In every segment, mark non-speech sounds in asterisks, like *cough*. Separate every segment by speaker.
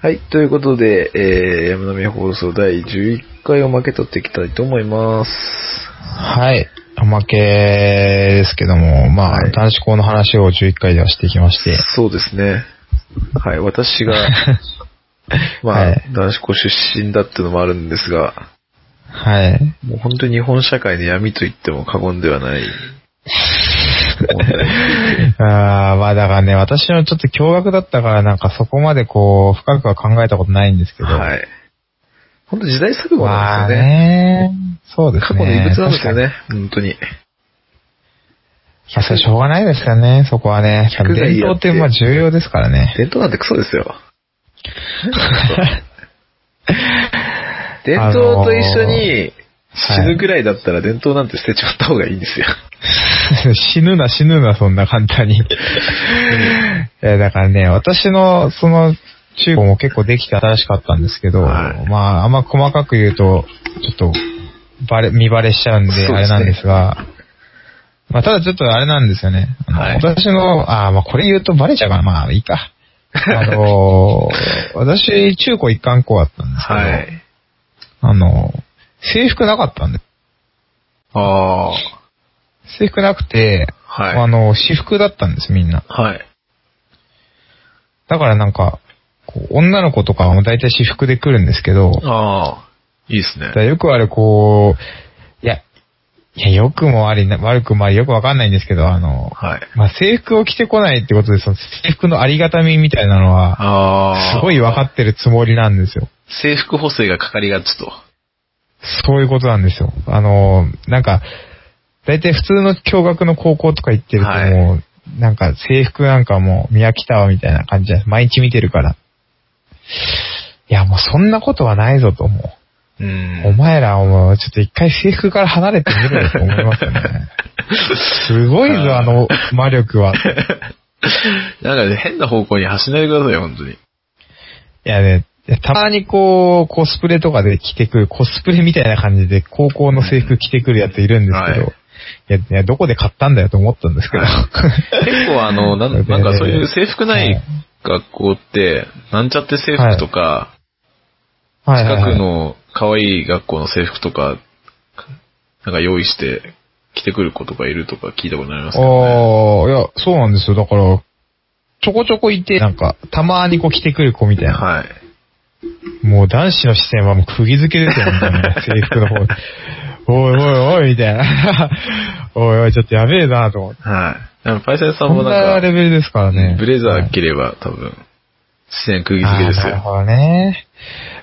Speaker 1: はい、ということで、えー、山並み放送第11回を負け取っていきたいと思います。
Speaker 2: はい。おまけですけども、まあ、
Speaker 1: はい
Speaker 2: 男子校の話を11回ではしていきまして、
Speaker 1: そうですね。はい、私
Speaker 2: *laughs*
Speaker 1: が、まあ、
Speaker 2: はい
Speaker 1: 男子校出身だっていうのもあるんですが、
Speaker 2: はい。
Speaker 1: もう本当に日本社会の闇と言っても過言ではない。
Speaker 2: あーまあだからね、私はちょっと驚愕だったから、なんかそこまでこう、深くは考えたことないんですけど、
Speaker 1: はい。本当時代錯誤
Speaker 2: ま
Speaker 1: な
Speaker 2: あ
Speaker 1: んですよね。
Speaker 2: ね、そうですね。
Speaker 1: 過去の遺物なんですよ
Speaker 2: 確かに。
Speaker 1: ね、本当に。
Speaker 2: いや、それしょうがないですよね、そこはね。
Speaker 1: 百害
Speaker 2: 伝
Speaker 1: や
Speaker 2: 統
Speaker 1: っ
Speaker 2: っててまあ重要ですからね。
Speaker 1: 伝統なんてクソです *laughs* よ。伝統と一緒に死ぬぐらいだったら伝統なんて捨てちまった方がいいんですよ。
Speaker 2: *laughs* 死ぬな、死ぬな、そんな簡
Speaker 1: *laughs*
Speaker 2: 単に。いや、だからね、私の、その、中古も結構できて新しかったんですけど、
Speaker 1: はい
Speaker 2: まあ、あんま細かく言うと、ちょっと、バレ、見バレしちゃうん
Speaker 1: そうです
Speaker 2: で、
Speaker 1: ね
Speaker 2: あれなんですが、まあ、ただちょっとあれなんですよね。あの
Speaker 1: はい
Speaker 2: 私の、あーまあ、これ言うとバレちゃうから、まあ、いいか。あの
Speaker 1: *laughs*
Speaker 2: ー私、中古一貫校だったんですけど、
Speaker 1: はい。
Speaker 2: あの、制服なかったんです。
Speaker 1: ああ。
Speaker 2: 制服なくて、
Speaker 1: はい
Speaker 2: あの、私服だったんです、みんな。
Speaker 1: はい。
Speaker 2: だからなんか、こう女の子とかはもう大体私服で来るんですけど、
Speaker 1: ああ。いいですね
Speaker 2: だか。らよくあれこう、いや、いや、良くもありな、悪くもあり、よくわかんないんですけど、あの、
Speaker 1: はい。
Speaker 2: まあ、制服を着てこないってことで、その制服のありがたみみたいなのは、
Speaker 1: ああ。
Speaker 2: すごいわかってるつもりなんですよ。
Speaker 1: 制服補正がかかりがちと。
Speaker 2: そういうことなんですよ。あの、なんか、大体普通の共学の高校とか行ってるともう、
Speaker 1: はい
Speaker 2: なんか制服なんかもう見飽きたわみたいな感じじゃない毎日見てるから。いや、もうそんなことはないぞと思う。
Speaker 1: う
Speaker 2: お
Speaker 1: ん。
Speaker 2: 前らはもうちょっと一回制服から離れてみろよと思いますよ
Speaker 1: *laughs*
Speaker 2: ね。すごいぞ、あの魔力は。い
Speaker 1: なんかね、変な方向に走らないでくださいよ、本当に。
Speaker 2: やね、たまにこう、コスプレとかで着てくる、コスプレみたいな感じで高校の制服着てくるやついるんですけど、
Speaker 1: はい
Speaker 2: いや、いや、どこで買ったんだよと思ったんですけど。
Speaker 1: 結構あの、 *laughs* なんなんかそういう制服ない学校って、なんちゃって制服とか、
Speaker 2: はいはい
Speaker 1: 近
Speaker 2: はい
Speaker 1: くの可愛い学校の制服とか、なんか用意して着てくる子とかいるとか聞いたことありますけどね。
Speaker 2: ああ、いや、そうなんですよ。だから、ちょこちょこいて、なんか、たまにこう着てくる子みたいな。
Speaker 1: はい。
Speaker 2: もう男子の視線はもう釘付けですよ、みたい
Speaker 1: *laughs*
Speaker 2: な。制服の方に。おいおいおい、みたいな。 *laughs* おいおい、ちょっとやべえなと思って。
Speaker 1: はい。あの、パイセンさん
Speaker 2: こ
Speaker 1: も
Speaker 2: んな
Speaker 1: なんか
Speaker 2: レ、ベルですからね。
Speaker 1: ブレザ
Speaker 2: はい
Speaker 1: ー着れば多分、視線釘付けです
Speaker 2: あーなる
Speaker 1: よ。
Speaker 2: ほどね。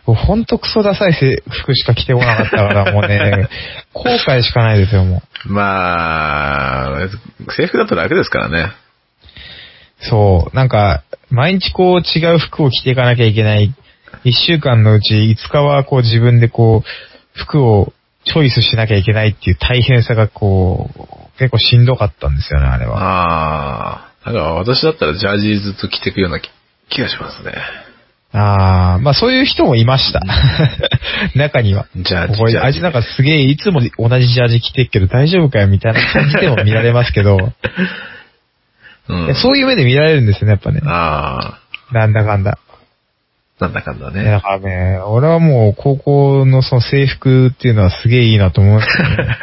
Speaker 2: もうほんとクソダサい制服しか着てこなかったから、もうね、
Speaker 1: *laughs*
Speaker 2: 後悔しかないですよ、もう。
Speaker 1: まあ、制服だと楽ですからね。
Speaker 2: そう。なんか、毎日こう違う服を着ていかなきゃいけない。一週間のうち5日はこう自分でこう、服をチョイスしなきゃいけないっていう大変さがこう、結構しんどかったんですよね、あれは。
Speaker 1: ああ、なんか私だったらジャージずっと着てくような気気がしますね。
Speaker 2: ああー、まあそういう人もいました。 *laughs* 中には。
Speaker 1: ジャージ
Speaker 2: これ
Speaker 1: ジャージ
Speaker 2: あいつなんかすげえいつも同じジャージ着てっけど大丈夫かよみたいな感じでも見られます
Speaker 1: *laughs*
Speaker 2: けど、
Speaker 1: う
Speaker 2: い
Speaker 1: ん
Speaker 2: や。そういう目で見られるんですよね、やっぱね。
Speaker 1: あ
Speaker 2: なんだかんだ。
Speaker 1: あ、なんだかんだ
Speaker 2: ね
Speaker 1: ね。
Speaker 2: だからね、俺はもう高校のその制服っていうのはすげえいいなと思いま
Speaker 1: *laughs*
Speaker 2: した、ね。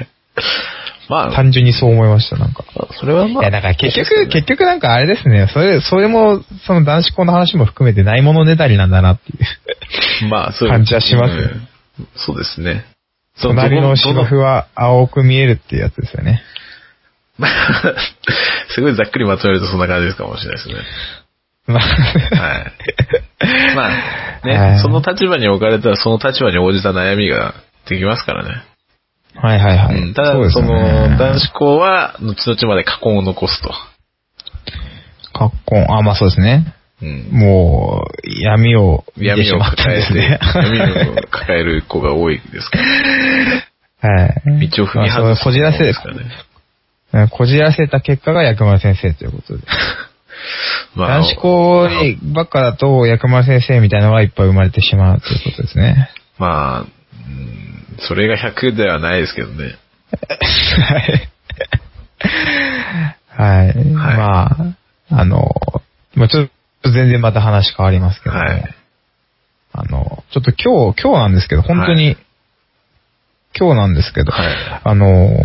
Speaker 1: まあ、
Speaker 2: 単純にそう思いました、なんか。
Speaker 1: それはいまあ。
Speaker 2: や、だから結
Speaker 1: そう
Speaker 2: 局、
Speaker 1: ですよね
Speaker 2: 結局なんかあれですね、それ、それも、その男子校の話も含めてないものねだりなんだなっていう。
Speaker 1: まあ、そういう
Speaker 2: 感じはしますよ
Speaker 1: うんそうですね。ど
Speaker 2: 隣の
Speaker 1: どこ
Speaker 2: 芝生は青く見えるっていうやつですよね。
Speaker 1: まあ *laughs* すごいざっくりまとめるとそんな感じですかもしれないですね。
Speaker 2: *laughs* まあ、
Speaker 1: はい。まあ、ね、
Speaker 2: はい
Speaker 1: その立場に置かれたらその立場に応じた悩みができますからね。
Speaker 2: *laughs* はいはいはい。
Speaker 1: うん、ただ、
Speaker 2: う
Speaker 1: そ
Speaker 2: ですよね
Speaker 1: の、男子校は、後々まで過婚を残すと。
Speaker 2: 格好、あ、まあそうですね。
Speaker 1: うん。
Speaker 2: もう、闇を見て
Speaker 1: 闇
Speaker 2: し
Speaker 1: を
Speaker 2: まったん
Speaker 1: 抱
Speaker 2: で
Speaker 1: え
Speaker 2: す
Speaker 1: て
Speaker 2: ね、。
Speaker 1: 闇を抱える子が多いです
Speaker 2: *laughs*
Speaker 1: から、
Speaker 2: はい。
Speaker 1: 道を踏み
Speaker 2: まあ
Speaker 1: 外す
Speaker 2: そうこじらせ、
Speaker 1: ですからね。
Speaker 2: うんこじらせた結果が薬丸先生ということで。
Speaker 1: まあ
Speaker 2: 男子校にばっかだと、薬丸先生みたいなのはいっぱい生まれてしまうということですね。
Speaker 1: まあ、うんそれが100ではないですけどね。
Speaker 2: はい。まあ、あの、まあちょっと全然また話変わりますけども、
Speaker 1: はい。
Speaker 2: あの、ちょっと今日、今日なんですけど、本当に、
Speaker 1: は
Speaker 2: 今日なんですけど、
Speaker 1: はい
Speaker 2: あのー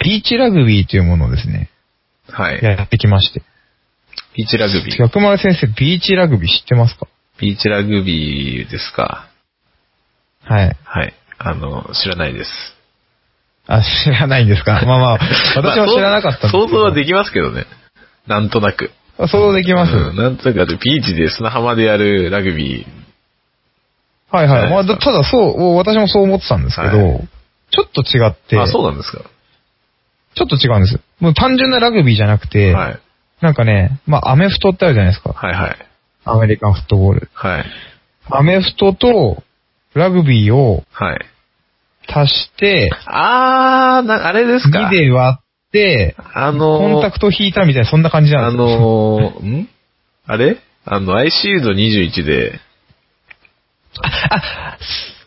Speaker 2: ビーチラグビーというものをですね、
Speaker 1: はい。
Speaker 2: やってきまして。
Speaker 1: ビーチラグビー。
Speaker 2: 薬丸先生、ビーチラグビー知ってますか
Speaker 1: ビーチラグビーですか。
Speaker 2: はい。
Speaker 1: はい。あの、知らないです。
Speaker 2: あ、知らないんです
Speaker 1: *laughs*
Speaker 2: かまあまあ、私は知らなかったんですけ
Speaker 1: まあ想
Speaker 2: ど
Speaker 1: 像はできますけどね。なんとなく。
Speaker 2: あ想像できます。
Speaker 1: うんなんとなくだってビーチで砂浜でやるラグビー。
Speaker 2: はいはい。
Speaker 1: じゃ
Speaker 2: ま
Speaker 1: ない
Speaker 2: あ、
Speaker 1: です
Speaker 2: だ
Speaker 1: か
Speaker 2: ただそう、私もそう思ってたんですけど、
Speaker 1: は
Speaker 2: ちょっと違って、
Speaker 1: あ、そうなんですか。
Speaker 2: ちょっと違うんです。もう単純なラグビーじゃなくて、
Speaker 1: はい。
Speaker 2: なんかね、まあ、アメフトってあるじゃないですか。
Speaker 1: はいはい。
Speaker 2: アメリカンフットボール。
Speaker 1: はい。
Speaker 2: アメフトとラグビーを
Speaker 1: はい。
Speaker 2: 足して、
Speaker 1: あー、な、あれですか
Speaker 2: 2。で割って、
Speaker 1: あのー、
Speaker 2: コンタクト引いたみたいな、そんな感じな
Speaker 1: あ
Speaker 2: んですよ。
Speaker 1: の
Speaker 2: *laughs*
Speaker 1: ー、んあれあの、アイシールド21で、
Speaker 2: あー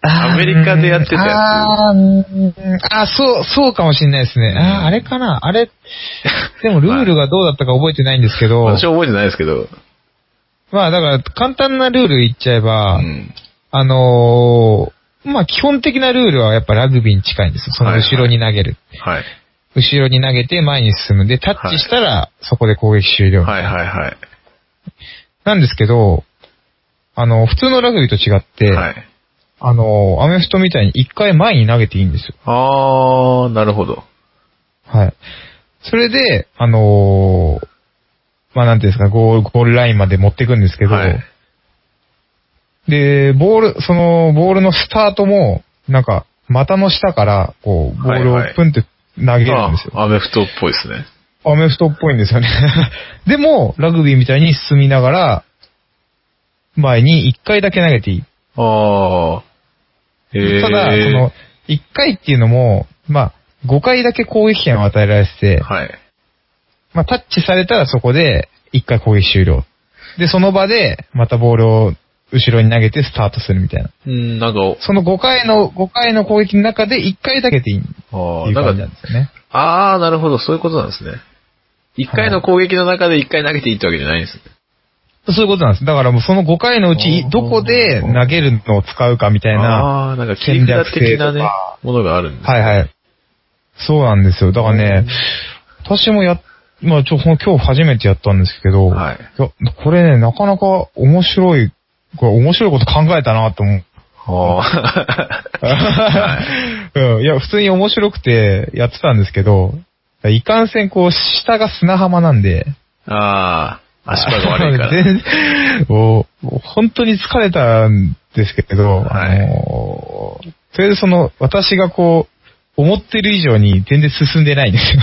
Speaker 1: アメリカでやってたやつ
Speaker 2: あーうんあー、そう、そうかもしれないですね。あーあれかなあれ、でもルールがどうだったか覚えてないんですけど、
Speaker 1: 私は覚えてないですけど、
Speaker 2: まあだから簡単なルール言っちゃえば、
Speaker 1: うん。
Speaker 2: あのーまあ基本的なルールはやっぱラグビーに近いんですよ。その後ろに投げる。
Speaker 1: はい。
Speaker 2: 後ろに投げて前に進む。で、タッチしたらそこで攻撃終了。
Speaker 1: はいはいはい。
Speaker 2: なんですけど、あの、普通のラグビーと違って、
Speaker 1: はい。
Speaker 2: あのーアメフトみたいに一回前に投げていいんですよ。
Speaker 1: あー、なるほど。
Speaker 2: はい。それで、あのーまあなんていうんですか、ゴール、ゴールラインまで持っていくんですけど、
Speaker 1: はい。
Speaker 2: で、ボール、その、ボールのスタートも、なんか、股の下から、こう、ボール
Speaker 1: はいは
Speaker 2: を
Speaker 1: い
Speaker 2: プンって投げるんですよ。
Speaker 1: あアメフトっぽいですね。
Speaker 2: アメフトっぽいんですよね。 *laughs* でも、ラグビーみたいに進みながら、前に一回だけ投げていい。
Speaker 1: あー。えー、
Speaker 2: ただ、その、一回っていうのも、まあ、5回だけ攻撃権を与えられてて、
Speaker 1: はい。
Speaker 2: まあ、タッチされたらそこで、一回攻撃終了。で、その場で、またボールを後ろに投げてスタートするみたいな。
Speaker 1: うん、なんか、
Speaker 2: その5回の、5回の攻撃の中で1回投げていいって
Speaker 1: あ
Speaker 2: い
Speaker 1: ー、
Speaker 2: う
Speaker 1: な
Speaker 2: 感
Speaker 1: ん
Speaker 2: じな
Speaker 1: か
Speaker 2: ん、ですよね。
Speaker 1: あー、なるほど、そういうことなんですね。一回の攻撃の中で一回投げていいってわけじゃないんですね。
Speaker 2: そういうことなんです。だからもうその5回のうち
Speaker 1: あー
Speaker 2: どこで投げるのを使うかみたいな。
Speaker 1: ああー、なんか切り札的な
Speaker 2: 戦略性と
Speaker 1: ね
Speaker 2: か、
Speaker 1: ものがあるんですね
Speaker 2: はいはい。そうなんですよ。だからね、私もや、まあちょ、ほん今日初めてやったんですけど、
Speaker 1: はい
Speaker 2: やこれね、なかなか面白い、これ面白いこと考えたなと思う。
Speaker 1: あ
Speaker 2: *laughs* うんいや、普通に面白くてやってたんですけど、いかんせんこう、下が砂浜なんで、
Speaker 1: あ。 *laughs* ああ、足場が悪いから。
Speaker 2: *laughs* 全然もうもう本当に疲れたんですけど、
Speaker 1: はい
Speaker 2: あのーそれでその、私がこう、思ってる以上に全然進んでない
Speaker 1: *laughs*
Speaker 2: んですよ。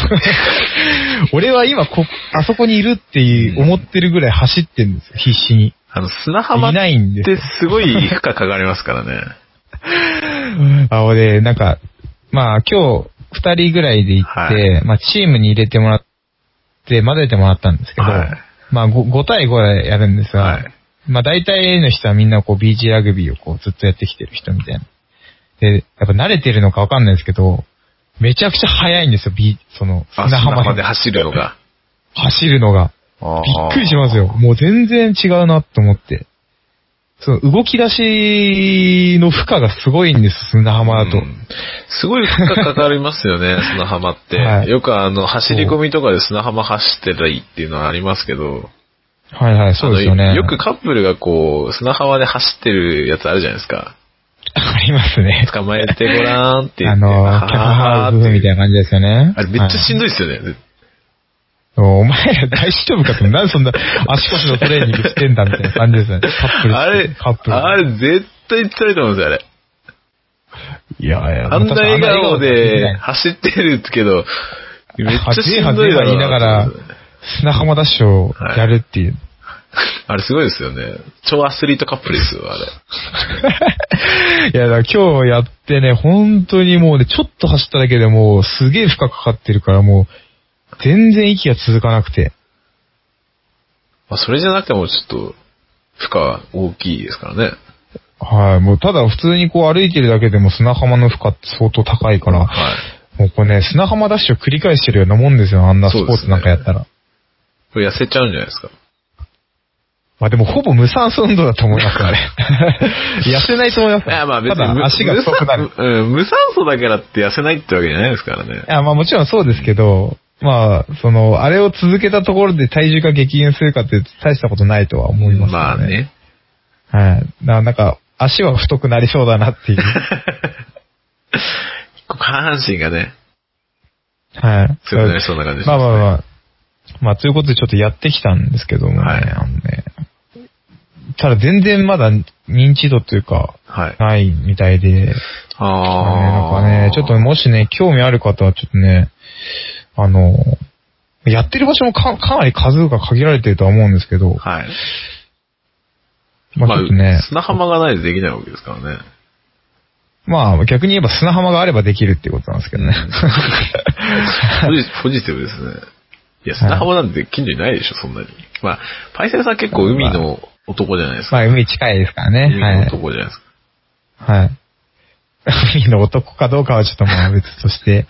Speaker 2: 俺は今こ、あそこにいるっていう思ってるぐらい走ってるんですよ、必死に。
Speaker 1: あの、砂浜っ
Speaker 2: いないんです
Speaker 1: て
Speaker 2: よ
Speaker 1: すごい負荷かかりますから
Speaker 2: *laughs*
Speaker 1: ね。
Speaker 2: あ、俺、なんか、まあ今日、二人ぐらいで行って、
Speaker 1: は
Speaker 2: まあチームに入れてもらって、混ぜてもらったんですけど、
Speaker 1: はい
Speaker 2: まあ 5, 対5でやるんですが、
Speaker 1: はい
Speaker 2: まあ大体の人はみんなこうビーチラグビーをこうずっとやってきてる人みたいな。で、やっぱ慣れてるのかわかんないですけど、めちゃくちゃ速いんですよ、ビーその、
Speaker 1: あ砂
Speaker 2: 砂浜
Speaker 1: 浜
Speaker 2: で
Speaker 1: で走るのが。
Speaker 2: 走るのが。
Speaker 1: あー
Speaker 2: びっくりしますよ。。もう全然違うなと思って。その動き出しの負荷がすごいんです、砂浜だと。
Speaker 1: うんすごい負荷かかりますよ
Speaker 2: *laughs*
Speaker 1: ね、砂浜って。
Speaker 2: はい
Speaker 1: よくあの、走り込みとかで砂浜走ってたりっていうのはありますけど、
Speaker 2: はいはい、そうですよ
Speaker 1: あ
Speaker 2: ね。
Speaker 1: のよくカップルがこう、砂浜で走ってるやつあるじゃないですか。
Speaker 2: *laughs* ありますね。
Speaker 1: 捕まえてごらんって言
Speaker 2: あ
Speaker 1: って。
Speaker 2: の、キャハハ夫婦みたいな感じですよね。
Speaker 1: あれめっちゃしん
Speaker 2: どい。
Speaker 1: どいですよね。
Speaker 2: お前ら大丈夫かって、なんでそんな足腰のトレーニングしてんだみたいな感じですよね。カップルって。
Speaker 1: あれ、
Speaker 2: カップル。
Speaker 1: あれ絶対辛いと思うんですよ、あれ。
Speaker 2: いやいや、
Speaker 1: あんな笑顔で
Speaker 2: あ
Speaker 1: 走ってるけど、めっちゃしんどいだ
Speaker 2: 言
Speaker 1: ろ
Speaker 2: いうなが
Speaker 1: な
Speaker 2: ら
Speaker 1: と思うんですよね。、
Speaker 2: 砂浜ダッシュをやるっていう。
Speaker 1: あれすごいですよね。超アスリートカップルですよ、あれ。
Speaker 2: いや、だから今日やってね、本当にもうね、ちょっと走っただけでもう、すげえ負荷かかってるから、もう、全然息が続かなくて。
Speaker 1: まあ、それじゃなくてもちょっと、負荷は大きいですからね。
Speaker 2: はい、もうただ普通にこう歩いてるだけでも砂浜の負荷って相当高いから、
Speaker 1: はい。
Speaker 2: もうこれね、砂浜ダッシュを繰り返してるようなもんですよ、あんなスポーツなんかやったら。
Speaker 1: これ痩せちゃうんじゃないですか。
Speaker 2: まあでもほぼ無酸素運動だと思いますよ
Speaker 1: *laughs*
Speaker 2: ね。痩せないと思います
Speaker 1: い
Speaker 2: よ。
Speaker 1: や、まあ別に
Speaker 2: た
Speaker 1: 無
Speaker 2: だ足が太くなる。
Speaker 1: 無うん、無酸素だからって痩せないってわけじゃないですからね
Speaker 2: い。や、まあもちろんそうですけど、まあ、その、あれを続けたところで体重が激減するかって大したことないとは思いますよね。
Speaker 1: まあ。ね。
Speaker 2: はい。ななんか、足は太くなりそうだ
Speaker 1: *laughs*
Speaker 2: なっていう。
Speaker 1: 下半身がね、
Speaker 2: はい。
Speaker 1: 強くなりそうな感じし
Speaker 2: まあ
Speaker 1: ます、ね。
Speaker 2: まあまあ。まあ、ということでちょっとやってきたんですけどもね。
Speaker 1: はい
Speaker 2: あのねただ全然まだ認知度というか、
Speaker 1: はい。
Speaker 2: ないみたいで、なん
Speaker 1: あ
Speaker 2: か
Speaker 1: あ。
Speaker 2: ね、ちょっともしね、興味ある方はちょっとね、あの、やってる場所もかかなり数が限られてるとは思うんですけど、
Speaker 1: はい。
Speaker 2: まあちょっとね、
Speaker 1: 砂浜がないとできないわけですからね。
Speaker 2: まあ逆に言えば砂浜があればできるっていうことなんですけどね。
Speaker 1: ポジポジティブですね。いや、砂浜なんて近所にないでしょ、そんなに。まあ、パイセンさん結構海の男じゃないです
Speaker 2: *laughs* ま
Speaker 1: か。
Speaker 2: あ海近いですからね。
Speaker 1: 海の
Speaker 2: はい。
Speaker 1: 男じゃないですか。
Speaker 2: はい。 *laughs* 海の男かどうかはちょっとまあ別として。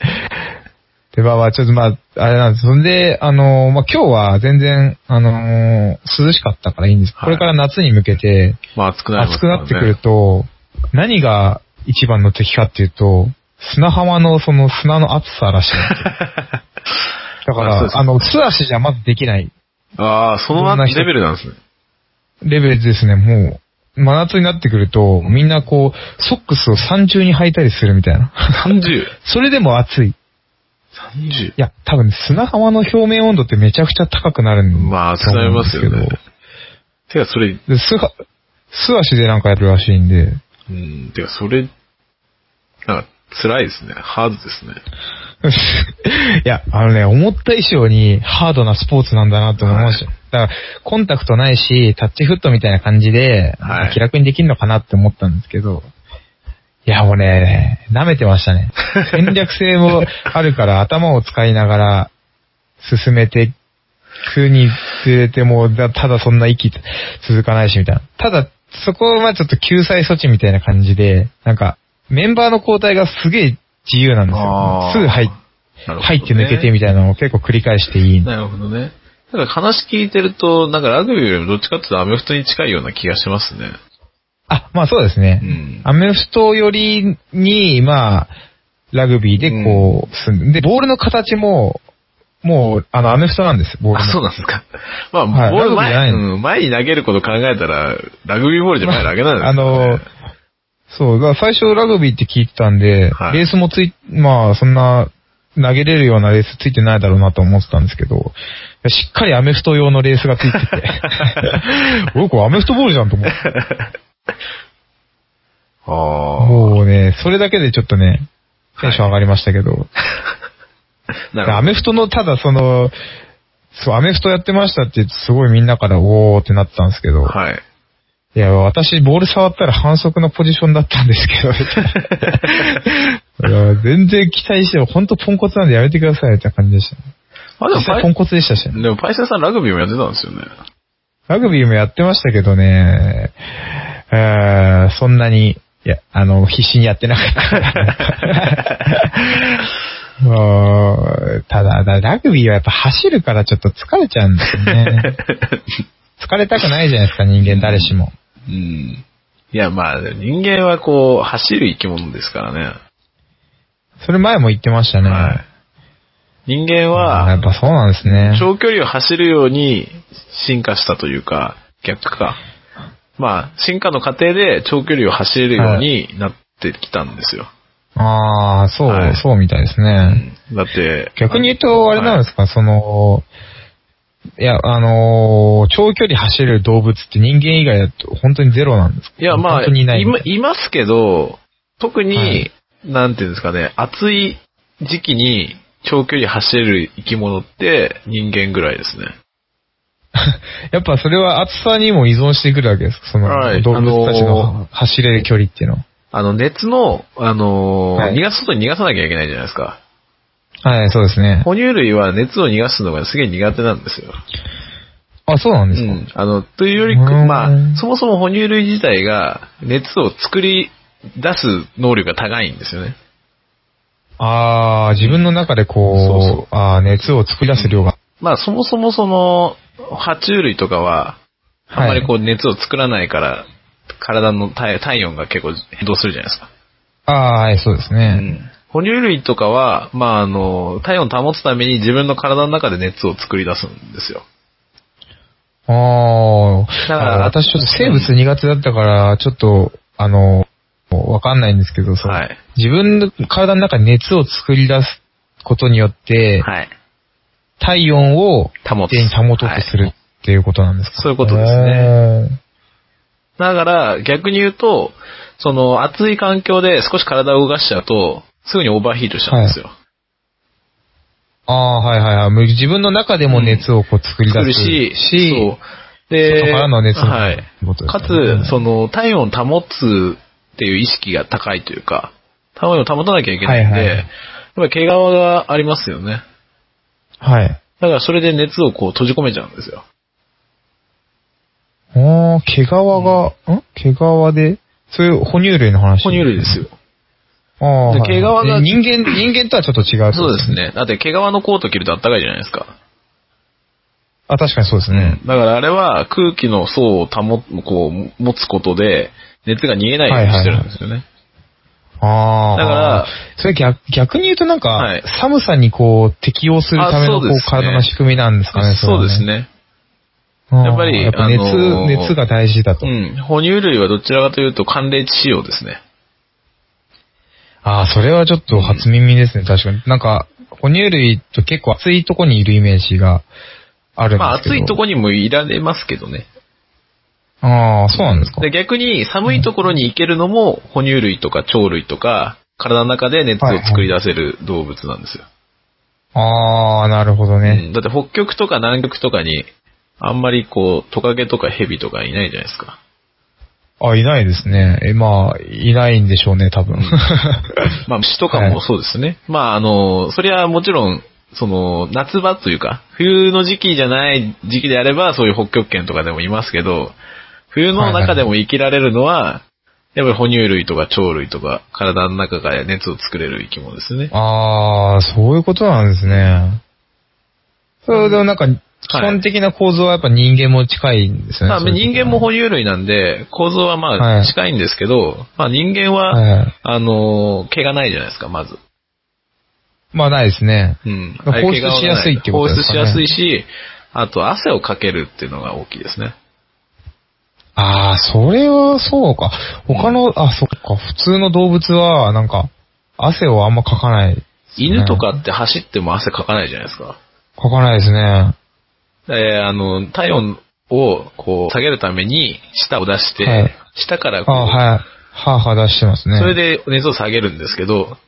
Speaker 2: で、まあまあちょっとまあ、あれなんです。そんで、あのーまあ今日は全然、あのー涼しかったからいいんです。
Speaker 1: はい
Speaker 2: これから夏に向けて、
Speaker 1: まあ、暑くなりま
Speaker 2: 暑
Speaker 1: す
Speaker 2: く
Speaker 1: から
Speaker 2: な
Speaker 1: ね。
Speaker 2: ってくると、何が一番の敵かっていうと、砂浜のその砂の暑さら
Speaker 1: *laughs*
Speaker 2: しいんですよ。だか
Speaker 1: あそう
Speaker 2: ら
Speaker 1: で、す
Speaker 2: あの、素足じゃまずできない
Speaker 1: ああ、その
Speaker 2: どんな
Speaker 1: レ
Speaker 2: 人
Speaker 1: ベルなんですね。
Speaker 2: *laughs* レベルですね、もう、真夏になってくると、みんなこう、ソックスを三重に履いたりするみたいな。 *laughs*
Speaker 1: 30。
Speaker 2: それでも暑い。い
Speaker 1: 30。
Speaker 2: や、多分砂浜の表面温度ってめちゃくちゃ高くなるんだと思うんですけど。
Speaker 1: まあ、暑くなりますよね。てか、それ、
Speaker 2: で素は素足でなんかやるらしいんで、
Speaker 1: うん、てか、それ、なんか、辛いですね。ハードですね。
Speaker 2: *laughs* いや、あのね、思った以上にハードなスポーツなんだなと思いました。だから、コンタクトないし、タッチフットみたいな感じで、
Speaker 1: はい
Speaker 2: 気楽にできるのかなって思ったんですけど、いや、もうね、舐めてましたね。戦略性もあ
Speaker 1: *laughs*
Speaker 2: るから、頭を使いながら進めて、くにつれてもう、だただそんな息続かないし、みたいな。ただ、そこはちょっと救済措置みたいな感じで、なんか、メンバーの交代がすげえ自由なんですよ
Speaker 1: あ。ー
Speaker 2: すぐ入っ
Speaker 1: なるほどね
Speaker 2: 入って抜けてみたいなのを結構繰り返していい。
Speaker 1: なるほどね。だから話聞いてると、なんかラグビーよりもどっちかっていうとアメフトに近いような気がしますね。
Speaker 2: あ、まあそうですね
Speaker 1: う。ん。
Speaker 2: アメフトよりに、まあ、ラグビーでこう、すんで、ボールの形も、もう、あの、アメフトなんです、ボール
Speaker 1: あ、
Speaker 2: の。
Speaker 1: そうなんですか。まあ、
Speaker 2: はい
Speaker 1: ボール前、
Speaker 2: ラグビーじゃないの
Speaker 1: うん、前に投げること考えたら、ラグビーボールじゃ前に投げないです
Speaker 2: あの、そう、だから最初ラグビーって聞いてたんで、
Speaker 1: はい
Speaker 2: レースもつい、まあ、そんな、投げれるようなレースついてないだろうなと思ってたんですけど、しっかりアメフト用のレースがついて
Speaker 1: *laughs*
Speaker 2: て、僕これアメフトボールじゃんと思って。
Speaker 1: あ
Speaker 2: もうね、それだけでちょっとね、テンション上がりましたけど、
Speaker 1: あ。な
Speaker 2: ア
Speaker 1: る
Speaker 2: メフトの、ただその、そう、アメフトやってましたって言って、すごいみんなから、おーってなってたんですけど、
Speaker 1: ほど。はい。
Speaker 2: い、や、私、ボール触ったら反則のポジションだったんですけど、みたいないや全然期待して、ほんとポンコツなんでやめてください、みたいな感じでしたね。
Speaker 1: あ、でも
Speaker 2: 実
Speaker 1: パ
Speaker 2: 際ポンコツでしたし、
Speaker 1: イ、でもパイセンさんラグビーもやってたんですよね。
Speaker 2: ラグビーもやってましたけどね、えー、そんなに、いや、あの、必死にやってなかった。
Speaker 1: *laughs*
Speaker 2: もうただ、だラグビーはやっぱ走るからちょっと疲れちゃうんですよ
Speaker 1: *laughs*
Speaker 2: ね。疲れたくないじゃないですか、人間誰しも。
Speaker 1: うん。いや、まあ、人間はこう、走る生き物ですからね。
Speaker 2: それ前も言ってましたね。
Speaker 1: はい。人間
Speaker 2: あーや
Speaker 1: は
Speaker 2: っ、ぱそうなんですね。
Speaker 1: 長距離を走るように進化したというか、逆か。まあ、進化の過程で長距離を走れるようになってきたんですよ。
Speaker 2: ああ、そう、
Speaker 1: はい
Speaker 2: そうみたいですね。
Speaker 1: だって、
Speaker 2: 逆に言うと、あれなんですか、その、いや、あのー長距離走れる動物って人間以外だと本当にゼロなんですか
Speaker 1: いや、まあ、
Speaker 2: 本当にいない
Speaker 1: いまいますけど、特に、
Speaker 2: はい
Speaker 1: なんていうんですかね、暑い時期に長距離走れる生き物って人間ぐらいですね。
Speaker 2: やっぱそれは暑さにも依存してくるわけですかその、
Speaker 1: はい
Speaker 2: 動物たち
Speaker 1: あの
Speaker 2: の走れる距離っていうのは。
Speaker 1: あの、熱の、あのー
Speaker 2: はい
Speaker 1: 逃がす、外に逃がさなきゃいけないじゃないですか。
Speaker 2: はい、そうですね。
Speaker 1: 哺乳類は熱を逃がすのがすげえ苦手なんですよ。
Speaker 2: あ、そうな
Speaker 1: う
Speaker 2: んです
Speaker 1: ん。
Speaker 2: か、
Speaker 1: あの、というより、
Speaker 2: うん
Speaker 1: まあ、そもそも哺乳類自体が熱を作り出す能力が高いんですよね。
Speaker 2: ああ、自分の中でこう、
Speaker 1: そうそう
Speaker 2: ああ、熱を作り出す量が。
Speaker 1: まあ、そもそもその、爬虫類とかは、あんまりこう熱を作らないから、体の体体温が結構変動するじゃないですか。
Speaker 2: ああ、はい、そうです
Speaker 1: う
Speaker 2: ね。
Speaker 1: ん。哺乳類とかは、まあ、あの、体温を保つために自分の体の中で熱を作り出すんですよ。
Speaker 2: ああ、
Speaker 1: だから
Speaker 2: あ私ちょっと生物苦手だったから、ちょっと、あの、わかんないんですけど、その
Speaker 1: はい
Speaker 2: 自分の体の中に熱を作り出すことによって、
Speaker 1: はい。
Speaker 2: 体温を
Speaker 1: 保つ
Speaker 2: 一定に保とうとするっていうことなんですか、
Speaker 1: そういうことですねだから、逆に言うと、その、暑い環境で少し体を動かしちゃうと、すぐにオーバーヒートしちゃうんですよ。
Speaker 2: おー。ああ、はいはいはい。もう自分の中でも熱をこう作り出
Speaker 1: 来
Speaker 2: す、
Speaker 1: るし、
Speaker 2: し
Speaker 1: そう。で、
Speaker 2: 外からの熱も
Speaker 1: はい
Speaker 2: ってこと。です
Speaker 1: か
Speaker 2: ね
Speaker 1: つ、その、体温を保つっていう意識が高いというか、体温を保たなきゃいけないんで、
Speaker 2: はいはい
Speaker 1: やっぱり毛皮がありますよね。
Speaker 2: はい。
Speaker 1: だからそれで熱をこう閉じ込めちゃうんですよ。
Speaker 2: ああ、毛皮が、ん毛皮で、そういう哺乳類の話
Speaker 1: 哺乳類ですよ。
Speaker 2: ああ。
Speaker 1: で毛皮が
Speaker 2: はいはいで人間、人間とはちょっと違う。
Speaker 1: そうです。ね。だって毛皮のコート着ると暖かいじゃないですか。
Speaker 2: あ、確かにそうですね。
Speaker 1: だからあれは空気の層を保つ、こう、持つことで、熱が逃げないようにしてるんですよね。
Speaker 2: ああ。
Speaker 1: だから、
Speaker 2: それ逆逆に言うとなんか、
Speaker 1: はい
Speaker 2: 寒さにこう適応するための
Speaker 1: あそ
Speaker 2: こ
Speaker 1: う
Speaker 2: う
Speaker 1: ですね
Speaker 2: 体の仕組みなんですかね、れは
Speaker 1: そうです。ね。
Speaker 2: うん
Speaker 1: やっぱり
Speaker 2: やっぱ熱、
Speaker 1: あのー
Speaker 2: 熱が大事だと。
Speaker 1: うん。哺乳類はどちらかというと寒冷地仕様ですね。
Speaker 2: ああ、それはちょっと初耳ですね、確かに。なんか、哺乳類と結構暑いとこにいるイメージがあるんですけど。
Speaker 1: まあ暑いとこにもいられますけどね。
Speaker 2: ああ、そうなんですか。
Speaker 1: で逆に寒いところに行けるのも哺乳類とか鳥類とか、体の中で熱を作り出せる動物なんですよ。
Speaker 2: ああ、なるほど
Speaker 1: う
Speaker 2: ね。
Speaker 1: んだって北極とか南極とかに、あんまりこう、トカゲとかヘビとかいないじゃないですか。
Speaker 2: あ、いないですね。え、まあ、いないんでしょうね、多 *laughs* 分。
Speaker 1: まあ虫とかもそうですね。まああの、それはもちろん、その、夏場というか、冬の時期じゃない時期であれば、そういう北極圏とかでもいますけど、冬の中でも生きられるのは、やっぱり哺乳類とか鳥類とか、体の中から熱を作れる生き物ですね。
Speaker 2: ああ、そういうことなんですね。それでもなんか、基本的な構造はやっぱ人間も近いんですよね。
Speaker 1: まあ、
Speaker 2: そういう
Speaker 1: 人
Speaker 2: こと
Speaker 1: 間も哺乳類なんで、構造はま
Speaker 2: は
Speaker 1: あ
Speaker 2: い
Speaker 1: 近いんですけど、まあ人間は、
Speaker 2: はい。
Speaker 1: あの、毛がないじゃないですか、まず。
Speaker 2: まあ、ないですね。
Speaker 1: うん。
Speaker 2: 放出しやすいってことですかね
Speaker 1: 放出しやすいし、あと汗をかけるっていうのが大きいですね。
Speaker 2: ああ、それはそうか。他の、あ、そっか。普通の動物は、なんか、汗をあんまかかない、
Speaker 1: 犬と。かって走っても汗かかないじゃないですか。
Speaker 2: かかないですね。
Speaker 1: で、あの、体温をこう下げるために舌を出して、
Speaker 2: はい
Speaker 1: 舌からこ
Speaker 2: あ
Speaker 1: う、
Speaker 2: はい。はあはあ出してますね。
Speaker 1: それで熱を下げるんですけど、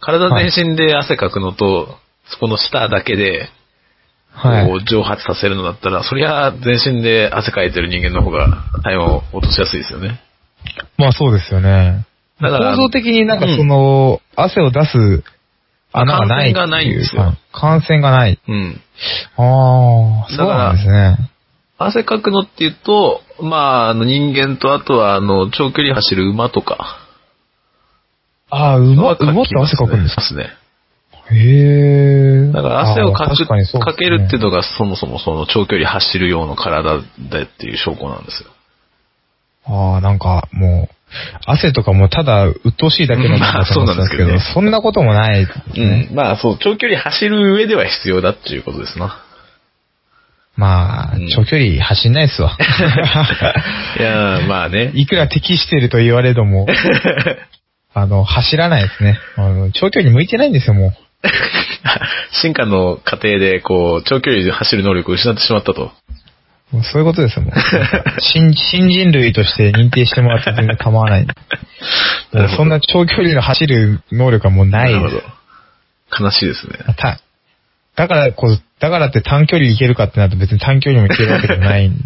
Speaker 1: 体全身で汗かくのと、そこの舌だけで、
Speaker 2: はい。
Speaker 1: こう蒸発させるのだったら、そりゃ全身で汗かいてる人間の方が体温を落としやすいですよね。
Speaker 2: まあそうですよね。
Speaker 1: だから
Speaker 2: 構造的になんか
Speaker 1: うん
Speaker 2: その、汗を出す穴がないっていう。
Speaker 1: 感染がないんですよ
Speaker 2: 感染がない。
Speaker 1: うん。
Speaker 2: ああ、
Speaker 1: だ
Speaker 2: そう
Speaker 1: から
Speaker 2: なんですね。
Speaker 1: 汗かくのって言うと、まあ、あの人間とあとは、あの、長距離走る馬とか。
Speaker 2: ああ、馬、
Speaker 1: はき
Speaker 2: 馬
Speaker 1: ま
Speaker 2: っ
Speaker 1: す
Speaker 2: て汗かくんですか
Speaker 1: かね。
Speaker 2: へえ。
Speaker 1: だから汗をか
Speaker 2: ああ
Speaker 1: く、
Speaker 2: 確かにそうですね
Speaker 1: かけるっていうのがそもそもその長距離走る用の体だっていう証拠なんですよ。
Speaker 2: ああ、なんかもう、汗とかもただ鬱陶しいだけの
Speaker 1: まあそうなんですけどね
Speaker 2: だと思ってたそんなこともないですね。
Speaker 1: うん。まあそう、長距離走る上では必要だっていうことですな。
Speaker 2: まあ
Speaker 1: うん、
Speaker 2: 長距離走んないっ
Speaker 1: *laughs*
Speaker 2: すわ。
Speaker 1: いやーまあ *laughs* ね。
Speaker 2: いくら適してると言われども、あの、走らないですね。あの長距離向いてないんですよ、もう。
Speaker 1: 進化の過程で、こう、長距離で走る能力を失ってしまったと。
Speaker 2: もうそういうことですもん。新新人類として認定してもらって全然構わない。もうそんな長距離の走る能力はもうない
Speaker 1: なるほど。悲しいですね。
Speaker 2: ただからこう、だからって短距離行けるかってなると別に短距離も行けるわけじゃないんで。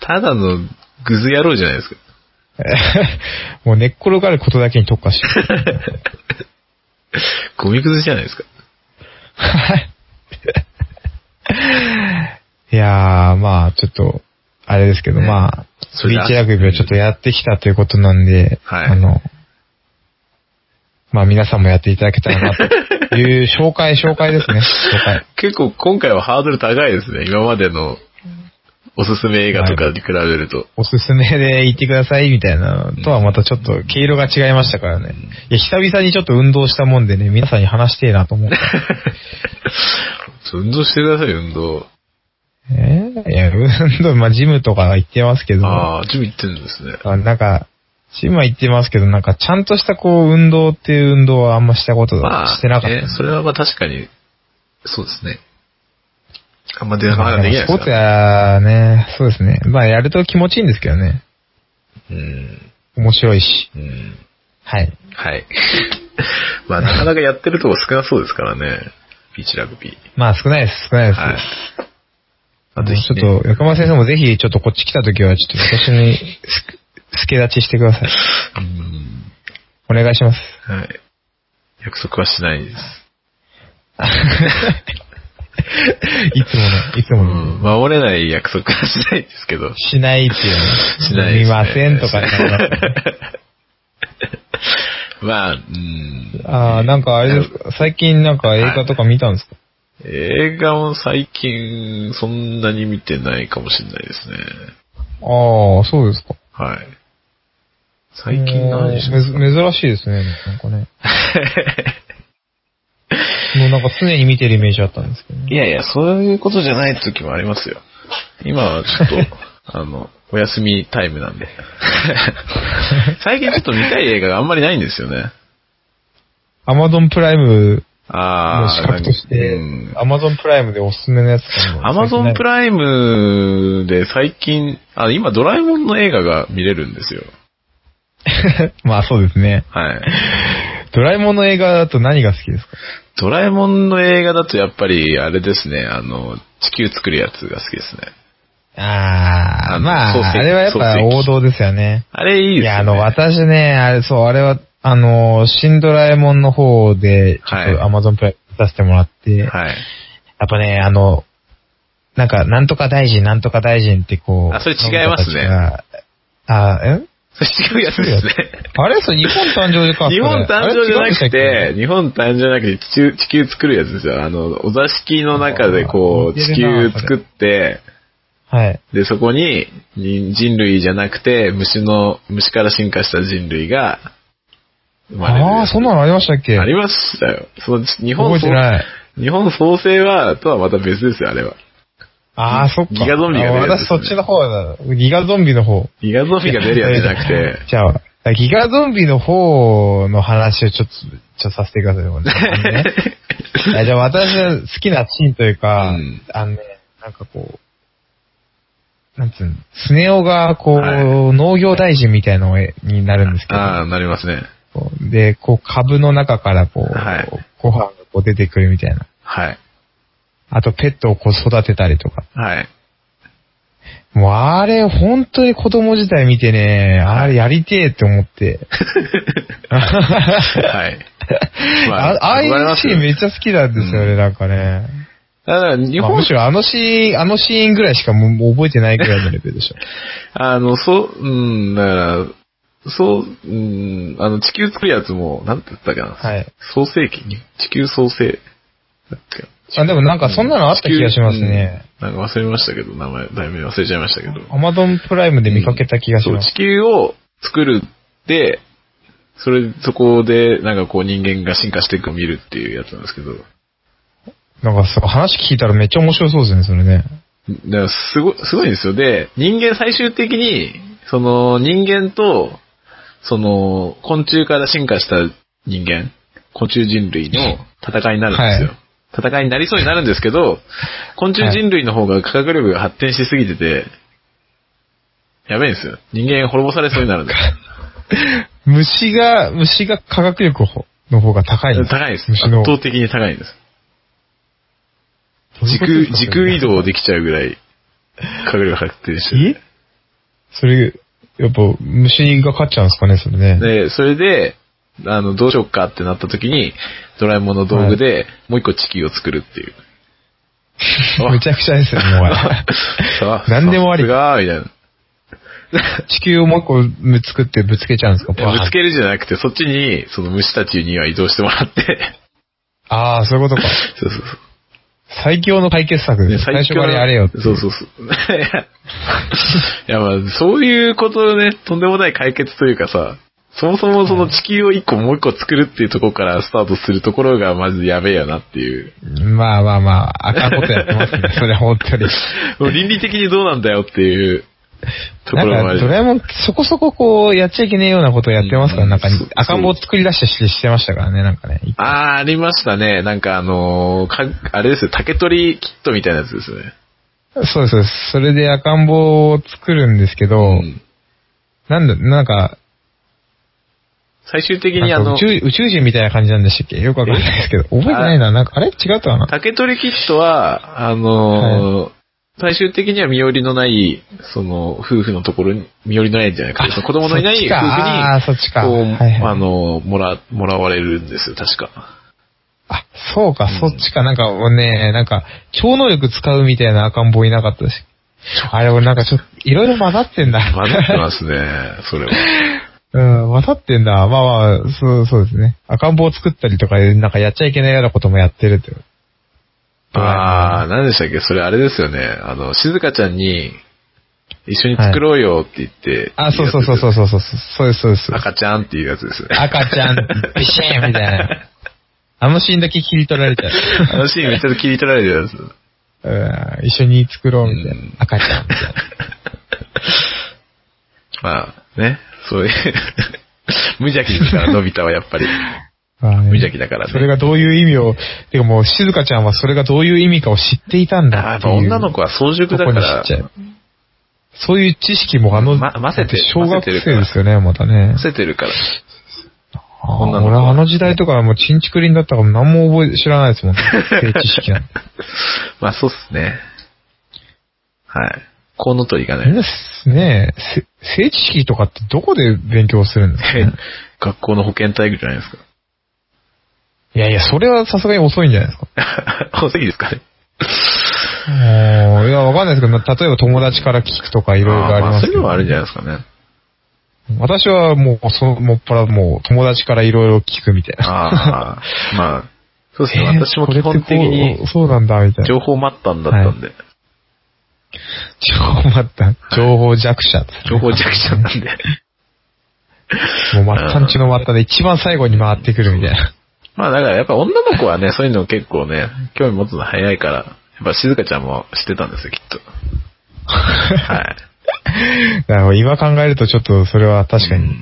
Speaker 1: ただのグズ野郎じゃないですか。
Speaker 2: *laughs* もう寝っ転がることだけに特化してる。
Speaker 1: ゴミクズじゃないですか。
Speaker 2: いやー、まあちょっと、あれですけど、まあ
Speaker 1: そ、れ
Speaker 2: ビ
Speaker 1: で
Speaker 2: ーチラグビーをちょっとやってきたということなんで、
Speaker 1: はい
Speaker 2: あの、まあ皆さんもやっていただけたらなという紹
Speaker 1: *laughs*
Speaker 2: 介、紹介ですね。紹介。
Speaker 1: 結構今回はハードル高いですね。今までのおすすめ映画とかに比べると。
Speaker 2: おすすめで行ってくださいみたいなのとはまたちょっと毛色が違いましたからね。いや、久々にちょっと運動したもんでね、皆さんに話してえなと
Speaker 1: *laughs*
Speaker 2: 思って。
Speaker 1: 運動してください、運動。
Speaker 2: えーいや、運動、まあジムとかは行ってますけど、
Speaker 1: ああ、ジム行ってるんですね。
Speaker 2: あなんか、ジムは行ってますけど、なんかちゃんとしたこう、運動っていう運動はあんましたこと
Speaker 1: まあ、
Speaker 2: してなかった。
Speaker 1: ねそれはまあ確かに、そうですね。あんま出なか
Speaker 2: ま
Speaker 1: な
Speaker 2: あ
Speaker 1: かでき
Speaker 2: で
Speaker 1: な
Speaker 2: も
Speaker 1: いで
Speaker 2: スポ
Speaker 1: す
Speaker 2: ーツ
Speaker 1: から。
Speaker 2: やね、そうですね。まあやると気持ちいいんですけどね。
Speaker 1: うん。
Speaker 2: 面白いし。
Speaker 1: うん。
Speaker 2: はい。
Speaker 1: はい。 *laughs* まあ、なかなかやってるとこ少なそうですからね。ビーチラグビー。
Speaker 2: まあ少ないです、少ないです。
Speaker 1: はい。
Speaker 2: あ
Speaker 1: あ
Speaker 2: と、
Speaker 1: と、
Speaker 2: ちょっと、横間先生もぜひ、ちょっとこっち来た時は、ちょっと私にす、助立ちしてください。
Speaker 1: うん。
Speaker 2: お願いします。
Speaker 1: はい。約束はしないです。
Speaker 2: いつもの、いつ
Speaker 1: う
Speaker 2: もの。
Speaker 1: ん。守れない約束はしないですけど。
Speaker 2: しないっていう
Speaker 1: し
Speaker 2: ね。
Speaker 1: ないです、ね。
Speaker 2: 見ませんとかね。
Speaker 1: まあ、うん。
Speaker 2: ああ、なんかあれですか、最近なんか映画とか見たんですか
Speaker 1: 映画も最近、そんなに見てないかもしれないですね。
Speaker 2: ああ、そうですか。
Speaker 1: はい。最近何して
Speaker 2: おー
Speaker 1: ま
Speaker 2: め
Speaker 1: す
Speaker 2: ず
Speaker 1: か
Speaker 2: 珍しいですね、なんか *laughs* ね。もうなんか常に見てるイメージあったんですけど、ね。
Speaker 1: いやいや、そういうことじゃない時もありますよ。今はちょっと、
Speaker 2: *laughs*
Speaker 1: あの、お休みタイムなんで。 *laughs* 最近ちょっと見たい映画があんまりないんですよね。
Speaker 2: アマゾンプライムの
Speaker 1: あ
Speaker 2: 資
Speaker 1: あ、
Speaker 2: 格として
Speaker 1: うん、
Speaker 2: アマゾンプライムでおすすめのやつかも。
Speaker 1: アマゾンプ
Speaker 2: イ
Speaker 1: ライムで最近、あ、今ドラえもんの映画が見れるんですよ。
Speaker 2: ム。まあそうですね。
Speaker 1: はい。
Speaker 2: ドラえもんの映画だと何が好きですか
Speaker 1: ドラえもんの映画だとやっぱり、あれですね、あの、地球作るやつが好きですね。
Speaker 2: あ
Speaker 1: あ
Speaker 2: あ、
Speaker 1: の
Speaker 2: ま
Speaker 1: 漱石
Speaker 2: あ、あれはやっぱ王道ですよね。
Speaker 1: あれいいですよ、ね。
Speaker 2: いや、あの、私ね、あれ、そう、あれは、あの、新ドラえもんの方で、ち
Speaker 1: はい
Speaker 2: ょっとアマゾンプライム出させてもらって、
Speaker 1: はい。
Speaker 2: やっぱね、あの、なんか、なんとか大臣、なんとか大臣ってこう、
Speaker 1: あそれ違いますね
Speaker 2: 人たちが。あ、え
Speaker 1: それ違うやつですね。
Speaker 2: あれそう、日本誕生でか。それ
Speaker 1: *laughs* 日本誕生じゃなく、て
Speaker 2: あれ違うんでしたっ、
Speaker 1: 日本誕生じゃなくて地球、地球作るやつですよ。あの、お座敷の中でこう、
Speaker 2: あー
Speaker 1: 地
Speaker 2: 似てる
Speaker 1: 球
Speaker 2: な
Speaker 1: 作って、
Speaker 2: けはい。
Speaker 1: で、そこに人人類じゃなくて、虫の、虫から進化した人類が生まれるやつ。
Speaker 2: ああー、そんなのありましたっけ
Speaker 1: ありましたよ。その、日
Speaker 2: 覚
Speaker 1: 本
Speaker 2: えてない。
Speaker 1: 日本創生は、とはまた別ですよ、あれは。
Speaker 2: ああ、そっか。
Speaker 1: ギガゾンビが出るやつ
Speaker 2: あ私そっちの方だ。ギガゾンビの方。
Speaker 1: ギガゾンビが出るやつじゃなくて、
Speaker 2: *laughs* じゃあ、ギガゾンビの方の話をちょっと、ちょっとさせてくださ
Speaker 1: *laughs*
Speaker 2: いもうね。はい *laughs* じゃあ私の好きなシーンというか、
Speaker 1: うん
Speaker 2: あのね、なんかこう、なんつうの、スネ夫がこう、
Speaker 1: はい
Speaker 2: 農業大臣みたいなのになるんですけ
Speaker 1: あ
Speaker 2: ど
Speaker 1: あ、なりますね。
Speaker 2: こう、で、こう株の中からこう、
Speaker 1: はい
Speaker 2: ご飯がこう出てくるみたいな。
Speaker 1: はい。
Speaker 2: あとペットをこう育てたりとか。
Speaker 1: はい。
Speaker 2: もうあれ、本当に子供時代見てね、あれやりてえって思って。 *laughs*
Speaker 1: はい。 *laughs* ま
Speaker 2: あ、ああい
Speaker 1: 憧れ
Speaker 2: う
Speaker 1: ます
Speaker 2: シ
Speaker 1: よ
Speaker 2: ーンめっちゃ好きなんですよね、なんかね。
Speaker 1: だから日
Speaker 2: まあ
Speaker 1: 本
Speaker 2: むしろあのシーン、あのシーンぐらいしかもうもう覚えてないぐらいのレベルでしょ。
Speaker 1: *laughs* あの、そう、うん、だから、そう、うん、あの、地球作るやつも、なんて言ったかな。
Speaker 2: はい。
Speaker 1: 創世記に、地球創生。だっけ
Speaker 2: あ、でもなんかそんなのあった気がしますね。
Speaker 1: 地球うんなんか忘れましたけど、名前、題名忘れちゃいましたけど。
Speaker 2: アマゾンプライムで見かけた気がし
Speaker 1: そう、
Speaker 2: ます。
Speaker 1: 地球を作るで、それ、そこで、なんかこう人間が進化していくのを見るっていうやつなんですけど、
Speaker 2: なんかそう話聞いたらめっちゃ面白そうですね、それね。
Speaker 1: だからすごい、すごいんですよ。で、人間最終的に、その人間と、その昆虫から進化した人間、昆虫人類の戦いになるんですよ。
Speaker 2: は
Speaker 1: 戦いになりそうになるんですけど、昆虫人類の方が科学力が発展しすぎてて、やべえんですよ。人間が滅ぼされそうになるんです。
Speaker 2: 虫が、虫が科学力の方が高いんです
Speaker 1: 高いです。
Speaker 2: 虫
Speaker 1: 圧
Speaker 2: の。
Speaker 1: 倒的に高いんです。時空、時
Speaker 2: どういうことですか
Speaker 1: 空移動できちゃうぐらい、科学力が発展してる。
Speaker 2: えそれ、やっぱ虫が勝っちゃうんですかね、それね。
Speaker 1: で、それで、あの、どうしようかってなった時に、ドラえもんの道具で、もう一個地球を作る
Speaker 2: *laughs*
Speaker 1: っていう。
Speaker 2: *laughs* めちゃくちゃですよ、もう
Speaker 1: *laughs*
Speaker 2: あれ。
Speaker 1: さ
Speaker 2: 何でもあり
Speaker 1: さすがーみたいな。
Speaker 2: 地球をもう一個作ってぶつけちゃうんですか、
Speaker 1: いやぶつけ
Speaker 2: け
Speaker 1: るじゃなくて、そっち
Speaker 2: *laughs*
Speaker 1: に、その虫たちには移動してもらって。
Speaker 2: ああ、そういうことか。
Speaker 1: そうそう
Speaker 2: 最強の解決策です。最初からやれよって。
Speaker 1: そうそう *laughs* そう。いや、まあ、そういうことね、とんでもない解決というかさ、そもそもその地球を一個もう一個作るっていうところからスタートするところがまずやべえよなっていう。
Speaker 2: まあまあまあ、あかんことやってますね。それは本当に。
Speaker 1: *laughs* もう倫理的にどうなんだよっていうところ
Speaker 2: な
Speaker 1: ま
Speaker 2: ん
Speaker 1: で
Speaker 2: か、ドラえもん、そこそここう、やっちゃいけねえようなことをやってますから、
Speaker 1: うん
Speaker 2: なんか
Speaker 1: そう、
Speaker 2: 赤ん坊を作り出したりしてましたからね、なんかね。
Speaker 1: ああ、ありましたね。なんかあのーか、あれですよ、竹取キットみたいなやつですね。
Speaker 2: そうですそうです。それで赤ん坊を作るんですけど、
Speaker 1: うん
Speaker 2: なんだ、なんか、
Speaker 1: 最終的にあ
Speaker 2: なんか
Speaker 1: の
Speaker 2: 宇、宙宇宙人みたいな感じなんでしたっけよくわかんないですけど。覚えてないな。なんか、あれ違ったかな
Speaker 1: 竹取キットは、あのー最終的には身寄りのない、その、夫婦のところに、身寄りのないんじゃないか、その子供のいない
Speaker 2: そ
Speaker 1: 夫
Speaker 2: っちかあーそっちか
Speaker 1: 婦に、こう、
Speaker 2: はいはい
Speaker 1: あのーもら、もらわれるんですよ、確か。
Speaker 2: あ、そうか、
Speaker 1: ん
Speaker 2: そっちか。なんかね、なんか、超能力使うみたいな赤ん坊いなかったし。あれ、俺なんかちょっと、いろいろ混ざってんだ。
Speaker 1: 混ざってますね、それは。
Speaker 2: うん、混ざってんだ。まあまあ、そう、そうですね。赤ん坊作ったりとか、なんかやっちゃいけないようなこともやってるって。
Speaker 1: ああ、何でしたっけそれあれですよね。あの、静香ちゃんに、一緒に作ろうよって言って。。
Speaker 2: あ、そうそうそうそううそうそう。そうです、そうです。
Speaker 1: 赤ちゃんっていうやつですね。
Speaker 2: 赤ちゃん、ビシーンみたいな。あのシーンだけ切り取られちゃう。
Speaker 1: *laughs* あのシーンめっちゃ切り取られて
Speaker 2: *laughs*
Speaker 1: るやつ。
Speaker 2: うん、一緒に作ろうみたいな
Speaker 1: うん。
Speaker 2: 赤ちゃんみたいな。
Speaker 1: まあ、ね、そういう、 *laughs* 無邪気ですから、のび太はやっぱり。
Speaker 2: ま *laughs* あね
Speaker 1: 無邪気だからね
Speaker 2: それがどういう意味を、てかもう、静香ちゃんはそれがどういう意味かを知っていたん
Speaker 1: あ
Speaker 2: だ
Speaker 1: や
Speaker 2: っ
Speaker 1: ってぱ
Speaker 2: いう。
Speaker 1: 女の子は早熟だか
Speaker 2: とこに知っちゃう
Speaker 1: ら、。
Speaker 2: そういう知識もあの、
Speaker 1: ま混ぜて
Speaker 2: 小学生ですよね、またね。
Speaker 1: 伏せてるから。
Speaker 2: あー
Speaker 1: 女の子
Speaker 2: 俺あの時代とかはもうチンチクリンだったから何も覚え、知らないですもん *laughs* ね。性知識なんて。
Speaker 1: まあ、そうっすね。はい。コウノトリが
Speaker 2: みん
Speaker 1: ね、
Speaker 2: なすねえ、せ性知識とかってどこで勉強するんですか、ね、
Speaker 1: *laughs* 学校の保健体育じゃないですか。
Speaker 2: いやいや、それはさすがに遅いんじゃないですか。
Speaker 1: *laughs* お席ですかね。
Speaker 2: もういや、わかんないですけど、まあ例えば友達から聞くとかい
Speaker 1: い
Speaker 2: ろいろあります
Speaker 1: そうい
Speaker 2: け
Speaker 1: う
Speaker 2: ど
Speaker 1: のはあるんじゃないですかね。
Speaker 2: 私はもう、その、もっぱらもう友達からいろいろ聞くみたいな。
Speaker 1: ああ、まあ、そうですね。
Speaker 2: *laughs* えー
Speaker 1: 私も基本的
Speaker 2: これってこ
Speaker 1: に
Speaker 2: うそうなんだ、みたいな。
Speaker 1: 情報待ったんだったんで、
Speaker 2: *laughs* 情報待った。情報弱者ですね、
Speaker 1: 情報弱者なんで。
Speaker 2: *laughs* もう末端中の末端で一番最後に回ってくるみたいな。
Speaker 1: まあだからやっぱ女の子はね、そういうの結構ね、興味持つの早いから、やっぱ静香ちゃんも知ってたんですよ、きっと。はい。
Speaker 2: *laughs* なるほど今考えるとちょっとそれは確かに。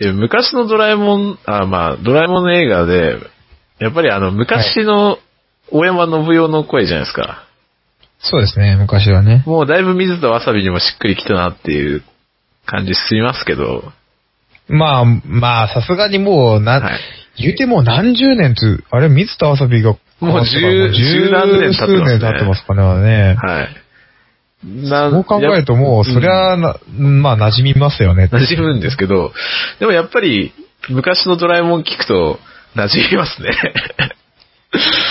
Speaker 1: で昔のドラえもん、あまあ、ドラえもんの映画で、やっぱりあの、昔の大山信代の声じゃないですか。
Speaker 2: そうですね、昔はね。
Speaker 1: もうだいぶ水とわさびにもしっくりきたなっていう感じしますけど、
Speaker 2: まあ、まあ、さすがにもう、な、
Speaker 1: はい
Speaker 2: 言うてもう何十年と、あれ、水田わさびが、
Speaker 1: もう十十何年経ってますね
Speaker 2: 数年経ってますかね、あれね。
Speaker 1: はい。な
Speaker 2: そう考えるともう、そりゃ、なまあ、馴染みますよね。
Speaker 1: 馴染むんですけど、でもやっぱり昔のドラえもん聞くと馴染みますね。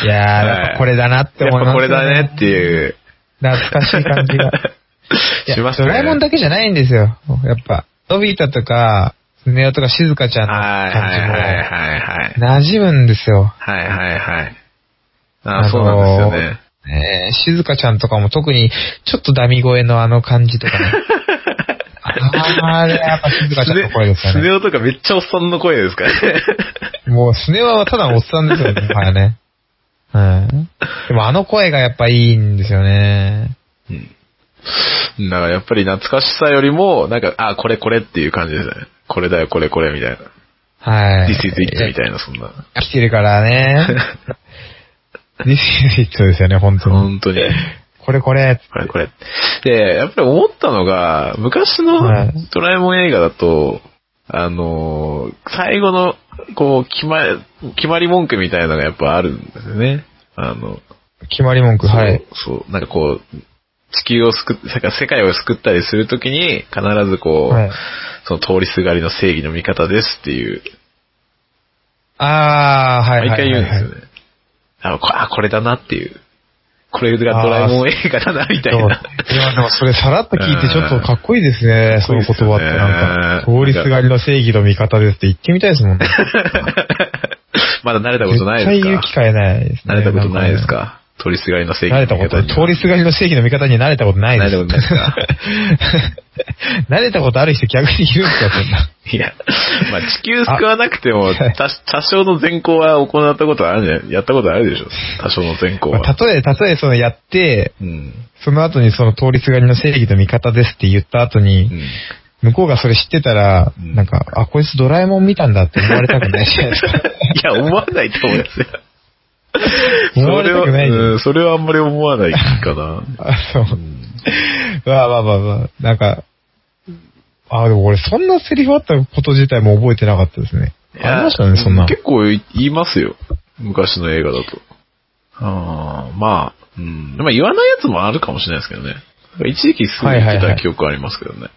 Speaker 2: いやー、やっぱこれだなって
Speaker 1: や
Speaker 2: 思い
Speaker 1: っぱ
Speaker 2: ます
Speaker 1: こ
Speaker 2: よ
Speaker 1: れだねっていう。
Speaker 2: 懐かしい感
Speaker 1: *laughs*
Speaker 2: じが。いや
Speaker 1: しますね。
Speaker 2: ドラえもんだけじゃないんですよ。やっぱ、のび太とか、スネ夫とか静香ちゃんの
Speaker 1: はいはいはい
Speaker 2: 感
Speaker 1: はいはい
Speaker 2: じ。も、馴染むんですよ。
Speaker 1: はいはいはい。
Speaker 2: あ
Speaker 1: あ
Speaker 2: の
Speaker 1: あ、
Speaker 2: ー
Speaker 1: そうなんですよね。
Speaker 2: えー、静香ちゃんとかも特に、ちょっとダミ声のあの感じと
Speaker 1: *laughs*
Speaker 2: かね。あれ、やっぱ静香ちゃんの声です
Speaker 1: ス
Speaker 2: よ
Speaker 1: ネ
Speaker 2: ね。
Speaker 1: 夫とかめっちゃおっさんの声ですからね。
Speaker 2: もう、スネ夫はただのおっさんで
Speaker 1: *laughs*
Speaker 2: すよね、もはやね。うん。でもあの声がやっぱいいんですよね。
Speaker 1: だからやっぱり懐かしさよりも、なんか、あ、これこれっていう感じですね。これだよ、これこれみたいな。
Speaker 2: はい。
Speaker 1: This is it みたいな、そん
Speaker 2: *laughs*
Speaker 1: な。
Speaker 2: 来てるからね。This is it ですよね、本当に。
Speaker 1: 本当に。
Speaker 2: これこれ。
Speaker 1: これこれ。で、やっぱり思ったのが、昔の
Speaker 2: はい
Speaker 1: ドラえもん映画だと、あのー最後の、こう、決ま、決まり文句みたいなのがやっぱあるんですよね。あの、
Speaker 2: 決まり文句、はい。
Speaker 1: そう、そう、なんかこう、地球を救っ、世界世界を救ったりするときに、必ずこう、
Speaker 2: はい
Speaker 1: その通りすがりの正義の味方ですっていう、
Speaker 2: あー、はい。
Speaker 1: 毎回言うんですよね。
Speaker 2: ね。
Speaker 1: あこあ、これだなっていう。これがドラえもん映画だな、みたい
Speaker 2: そう
Speaker 1: な。
Speaker 2: いや、でもそれさらっと聞いてちょっとかっこいいですね、
Speaker 1: うん
Speaker 2: そういう言葉ってなんか。
Speaker 1: かっこ
Speaker 2: 通
Speaker 1: いい
Speaker 2: り
Speaker 1: ですよね
Speaker 2: すがりの正義の味方ですって言ってみたいですもんね。
Speaker 1: *laughs* まだ慣れたことないですか
Speaker 2: 絶対勇気変えないですね。
Speaker 1: 慣れたことないです
Speaker 2: んね
Speaker 1: か通りすがりの正義
Speaker 2: 慣れたこと、通りすがりの正義の味方に慣れたことないで
Speaker 1: 慣
Speaker 2: す。
Speaker 1: れたことない
Speaker 2: ですか慣れたことある人逆に言うんだそんな。
Speaker 1: いや、まあ地球救わなくても、た多少の善行は行ったことあるんじゃないやったことあるでしょ多少の善行
Speaker 2: ま
Speaker 1: は。
Speaker 2: あ、例え、例えそのやって、
Speaker 1: うん。
Speaker 2: その後にその通りすがりの正義の味方ですって言った後に、
Speaker 1: うん
Speaker 2: 向こうがそれ知ってたら、
Speaker 1: うん
Speaker 2: なんか、あ、こいつドラえもん見たんだって思われたくないじゃないですか。
Speaker 1: いや、思わないと思います
Speaker 2: *laughs*
Speaker 1: よ。
Speaker 2: 思われたくない
Speaker 1: *laughs* それは、うん、それはあんまり思わないか
Speaker 2: *laughs*
Speaker 1: な。
Speaker 2: あ、そうう。
Speaker 1: ん
Speaker 2: まあまあまあまあ、なんか、あ、でも俺そんなセリフあったこと自体も覚えてなかったですね。
Speaker 1: いや
Speaker 2: ありましたね、そんな。
Speaker 1: 結構言いますよ。昔の映画だと。あーまあ、うん。まあ言わないやつもあるかもしれないですけどね。一時期すぐ言ってた記憶ありますけどね。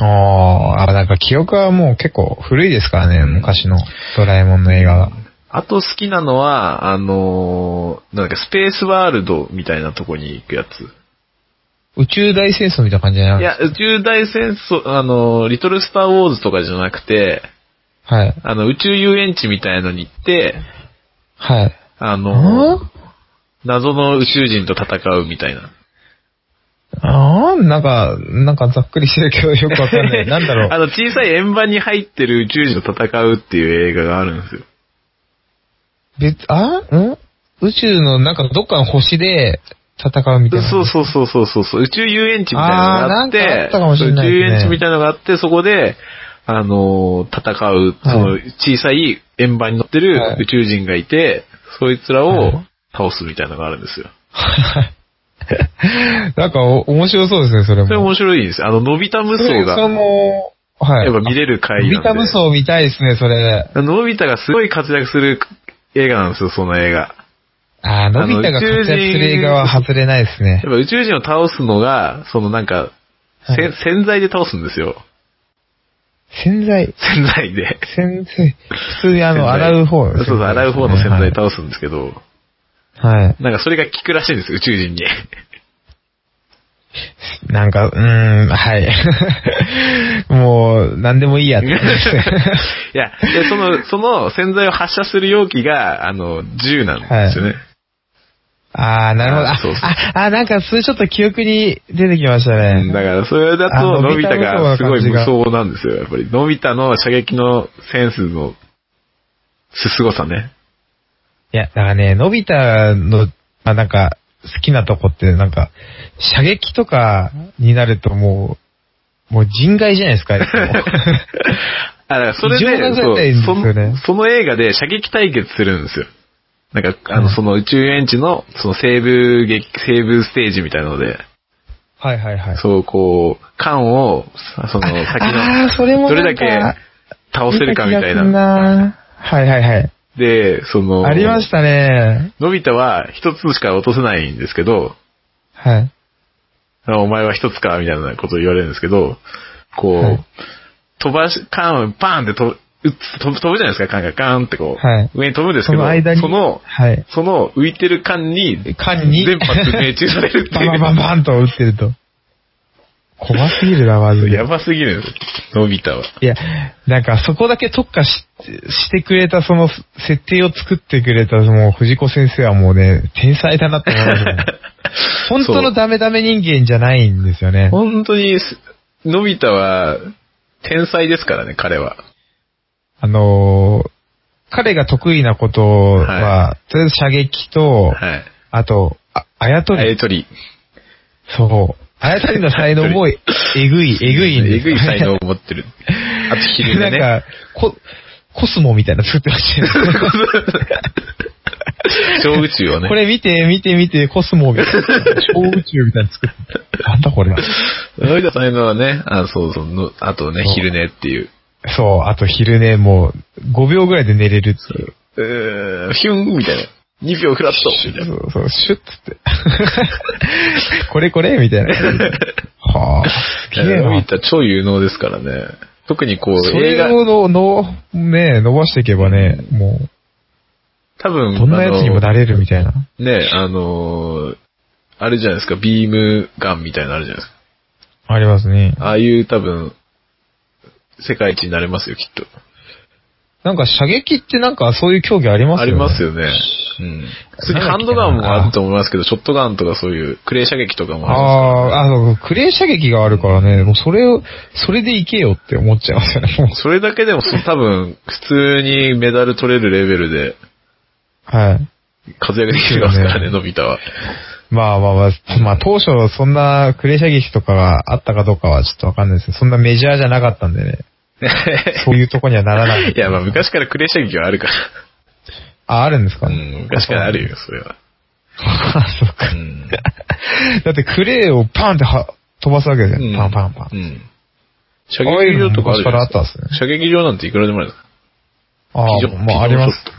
Speaker 2: あーあ、なんか記憶はもう結構古いですからね、昔のドラえもんの映画が。
Speaker 1: あと好きなのは、あのーなんだっけ、スペースワールドみたいなとこに行くやつ。
Speaker 2: 宇宙大戦争みたいな感じじゃない
Speaker 1: いや、宇宙大戦争、あのーリトルスターウォーズとかじゃなくて、
Speaker 2: はい。
Speaker 1: あの、宇宙遊園地みたいのに行って、
Speaker 2: はい。
Speaker 1: あのー
Speaker 2: あ
Speaker 1: 謎の宇宙人と戦うみたいな。
Speaker 2: あーなんか、なんかざっくりしてるけどよくわか
Speaker 1: *laughs*
Speaker 2: んない。なんだろ
Speaker 1: あ
Speaker 2: う。
Speaker 1: の、小さい円盤に入ってる宇宙人と戦うっていう映画があるんですよ。
Speaker 2: 別、あん宇宙のなんかどっかの星で戦うみたいな。
Speaker 1: そうそうそうそうそうそう。宇宙遊園地みたいなのがあって、
Speaker 2: あーなんかあったかもしれない
Speaker 1: そう宇
Speaker 2: ですね
Speaker 1: 宙遊園地みたいなのがあって、そこで、あのー戦う、その
Speaker 2: は
Speaker 1: 小さい円盤に乗って
Speaker 2: は
Speaker 1: る
Speaker 2: い
Speaker 1: 宇宙人がいて、そいつら
Speaker 2: は
Speaker 1: を
Speaker 2: い
Speaker 1: 倒すみたいなのがあるんですよ。
Speaker 2: *laughs* なんかお面白そうですね、それも。
Speaker 1: それ面白いです。あの、のび太無
Speaker 2: それ
Speaker 1: 双
Speaker 2: それ
Speaker 1: が、
Speaker 2: も、はい。
Speaker 1: やっぱ見れる回なん
Speaker 2: ビ
Speaker 1: で。
Speaker 2: タ無双見たいですね、それ。
Speaker 1: のび太がすごい活躍する映画なんですよ、その映画。
Speaker 2: あーのび太が活躍する映画は外れないですね
Speaker 1: や。っぱ宇宙人を倒すのが、そのなんか、せ
Speaker 2: はい
Speaker 1: 洗剤で倒すんですよ。
Speaker 2: 洗剤。
Speaker 1: 洗剤で。
Speaker 2: 洗剤。普通にあの、
Speaker 1: 洗剤
Speaker 2: 洗う方。
Speaker 1: そうそう、洗う方の洗剤
Speaker 2: と。
Speaker 1: 倒すんですけど、
Speaker 2: はい。
Speaker 1: なんかそれが効くらしいんです、宇宙人に。
Speaker 2: なんか、うーん、はい。 *laughs* もう、なんでもいいやって感じで
Speaker 1: *laughs*
Speaker 2: すね。
Speaker 1: いや、で、その、その洗剤を発射する容器が、あの、銃なんですよね。
Speaker 2: ああ、なるほど。
Speaker 1: そうそう
Speaker 2: あ、あ、あなんか、それちょっと記憶に出てきました
Speaker 1: うん
Speaker 2: ね。
Speaker 1: だから、それだ
Speaker 2: あ
Speaker 1: と、
Speaker 2: の
Speaker 1: のび太がすごい無
Speaker 2: のび太
Speaker 1: 双なんですよ、やっぱり。のび太の射撃のセンスの、すすごさね。
Speaker 2: いや、だからね、のび太の、あ、なんか、好きなとこって、なんか、射撃とかになるともう、もう人外じゃないですか、いつも
Speaker 1: あ、だからそれ
Speaker 2: 異常なぐらい
Speaker 1: で、
Speaker 2: です
Speaker 1: そ
Speaker 2: よ
Speaker 1: う
Speaker 2: ね
Speaker 1: そその映画で射撃対決するんですよ。なんか、あの、
Speaker 2: うん
Speaker 1: その宇宙園地の、その西部劇、西部ステージみたいなので、
Speaker 2: *laughs* はいはいはい。
Speaker 1: そう、こう、缶を、さその、先
Speaker 2: あーそれ
Speaker 1: の、
Speaker 2: も
Speaker 1: ど
Speaker 2: なんか
Speaker 1: れだけ倒せるかみたいな。
Speaker 2: 見気がすんなはいはいはい。
Speaker 1: で、その、
Speaker 2: ありましたね。
Speaker 1: のび太は一つしか落とせないんですけど、
Speaker 2: はい。
Speaker 1: あのお前は一つか、みたいなことを言われるんですけど、こう、
Speaker 2: はい
Speaker 1: 飛ばし、缶をパーンって飛ぶ、うつ飛ぶ飛ぶじゃないですか、缶がガーンってこう、
Speaker 2: はい
Speaker 1: 上に飛ぶんです
Speaker 2: そ
Speaker 1: けど、
Speaker 2: の間に、
Speaker 1: その、
Speaker 2: はい。
Speaker 1: その浮いてる間に、
Speaker 2: 缶に
Speaker 1: 全発命中されるって
Speaker 2: バ
Speaker 1: い
Speaker 2: ン
Speaker 1: う。
Speaker 2: バンバンバンと撃ってると。怖すぎるな、まず。
Speaker 1: やばすぎるんですよ、のび太は。
Speaker 2: いや、なんかそこだけ特化ししてくれた、その設定を作ってくれた、もう藤子先生はもうね、天才だなって思いま
Speaker 1: *laughs*
Speaker 2: すね。本当のダメダメ人間じゃないんですよね。
Speaker 1: 本当にす、のび太は、天才ですからね、彼は。
Speaker 2: あのー彼が得意なことは、とりあえず射撃と、
Speaker 1: はい。
Speaker 2: あと、あ、あやと
Speaker 1: あや
Speaker 2: り。
Speaker 1: とり。
Speaker 2: そう。あやとりの才能も、
Speaker 1: *laughs*
Speaker 2: えぐい、えぐいんです
Speaker 1: えぐい才能を持
Speaker 2: *laughs*
Speaker 1: ってる。あと、昼寝ね。
Speaker 2: なんか、コ、コスモみたいなの作ってましたよね
Speaker 1: 小宇宙をね。
Speaker 2: これ見て、見て、見て、コスモみたいな。超宇宙みたいなの作って。なんだこれ。
Speaker 1: のび太才能はね、あ、そうそう、のあとね
Speaker 2: そ、う
Speaker 1: 昼寝っていう。
Speaker 2: そう、あと昼寝もう5秒ぐらいで寝れるっていう。
Speaker 1: うーん、ヒュンみたいな。2秒フラットみたい
Speaker 2: そ
Speaker 1: な。
Speaker 2: うそう、シュッつって。 *laughs* これこれみたいな。はあ、すげえ
Speaker 1: のび
Speaker 2: な。
Speaker 1: 太超有能ですからね。特にこう、
Speaker 2: そ
Speaker 1: 映画
Speaker 2: れ、をの、の、ね伸ばしていけばね、も
Speaker 1: 多
Speaker 2: う、
Speaker 1: 分、
Speaker 2: どんなやつにも
Speaker 1: あ
Speaker 2: なれるみたいな。
Speaker 1: のね、あのーあれじゃないですか、ビームガンみたいなのあるじゃないですか。
Speaker 2: ありますね。
Speaker 1: ああいう多分、世界一になれますよ、きっと。
Speaker 2: なんか射撃ってなんかそういう競技ありますよね。
Speaker 1: ありますよね。うん。普通にハンドガンもあると思いますけど、ショットガンとかそういうクレー射撃とかもあるんです
Speaker 2: ああ、あの、クレー射撃があるからね、もうそれを、それでいけよって思っちゃいますよ *laughs* ね、もう
Speaker 1: から。それだけでもそ多分、普通にメダル取れるレベルで
Speaker 2: はい。
Speaker 1: 活躍できますからね、のび太は。
Speaker 2: まあまあまあ、まあ当初そんなクレー射撃とかがあったかどうかはちょっとわかんないですけど、そんなメジャーじゃなかったんでね、そういうとこにはなら *laughs* な
Speaker 1: *laughs*
Speaker 2: い。
Speaker 1: いや、まあ昔からクレー射撃はあるから。
Speaker 2: あ、あるんですか、
Speaker 1: うん、昔からあるよ、それは。
Speaker 2: あ、そっか
Speaker 1: う。ん。
Speaker 2: *laughs* だってクレーをパンっては飛ばすわけですよ、
Speaker 1: うん
Speaker 2: パンパンパ
Speaker 1: う
Speaker 2: ン。
Speaker 1: ん。射撃場とかあるじゃないです
Speaker 2: ああいうの昔からあったん
Speaker 1: か
Speaker 2: ですね
Speaker 1: 射撃場なんていくらでもあるんです
Speaker 2: あ
Speaker 1: 非
Speaker 2: あ、
Speaker 1: 常
Speaker 2: まあありますね。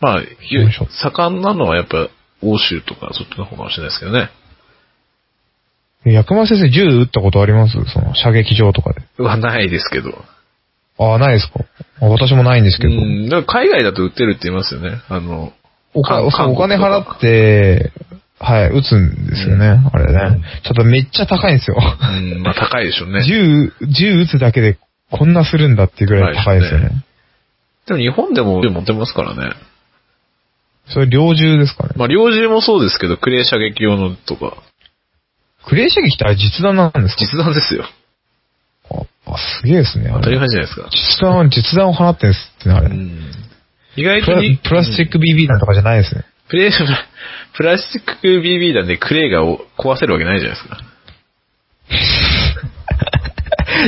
Speaker 1: まあ、
Speaker 2: よいしょ
Speaker 1: 盛んなのはやっぱ、欧州とかそっちの方かもしれないですけどね。
Speaker 2: 薬丸先生銃撃ったことありますその射撃場とかで。
Speaker 1: はないですけど。
Speaker 2: ああ、ないですかあ私もないんですけ
Speaker 1: う
Speaker 2: ど。
Speaker 1: ん。だから海外だと売ってるって言いますよね。あの、
Speaker 2: おか
Speaker 1: 韓
Speaker 2: そうお金
Speaker 1: 韓国
Speaker 2: 払
Speaker 1: とか
Speaker 2: って、はい、撃つんですよね、あれね。ちょっとめっちゃ高いんですよ。
Speaker 1: *laughs* うん、まあ高いでしょうね。
Speaker 2: 銃、銃撃つだけでこんなするんだっていうぐらい高いですよ
Speaker 1: 高いです
Speaker 2: ね。
Speaker 1: でも日本でも銃持ってますからね。
Speaker 2: それ、猟銃ですかね。
Speaker 1: まあ猟銃もそうですけど、クレー射撃用のとか、
Speaker 2: クレー射撃ってあれ実弾なんですか
Speaker 1: 実弾ですよ。
Speaker 2: あ、すげえですね。あ
Speaker 1: 当たり
Speaker 2: れ
Speaker 1: 前じゃないですか。
Speaker 2: 実弾、実弾を放ってんですってね、あれ。
Speaker 1: うん。意外
Speaker 2: プ
Speaker 1: と
Speaker 2: ラ
Speaker 1: に
Speaker 2: プラスチック BB 弾とかじゃないですね。 *laughs*
Speaker 1: プレー、プラスチック BB 弾でクレーがお壊せるわけないじゃないで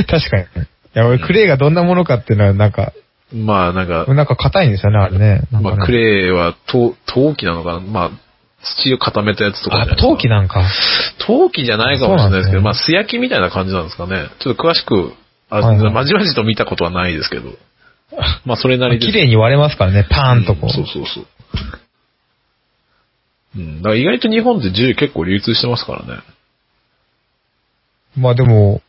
Speaker 1: すか。
Speaker 2: 確かに。いや、俺、クレーがどんなものかっていうのは、なんか、
Speaker 1: まあなんか、
Speaker 2: なんか硬いんですよね、あれね。なん
Speaker 1: ま
Speaker 2: かね
Speaker 1: あクレーは陶陶器なのかなまあ土を固めたやつとかじゃない
Speaker 2: あ、
Speaker 1: ですか。
Speaker 2: 陶器なんか。
Speaker 1: 陶器じゃないかもしれないですけど、
Speaker 2: そうなんですね
Speaker 1: まあ素焼きみたいな感じなんですかね。ちょっと詳しく、あ
Speaker 2: はいはい
Speaker 1: まじまじと見たことはないですけど。まあそれなりです。
Speaker 2: 綺麗に割れますからね、パーンとこう。
Speaker 1: そうそうそう。うん。だから意外と日本って銃結構流通してますからね。
Speaker 2: まあでも、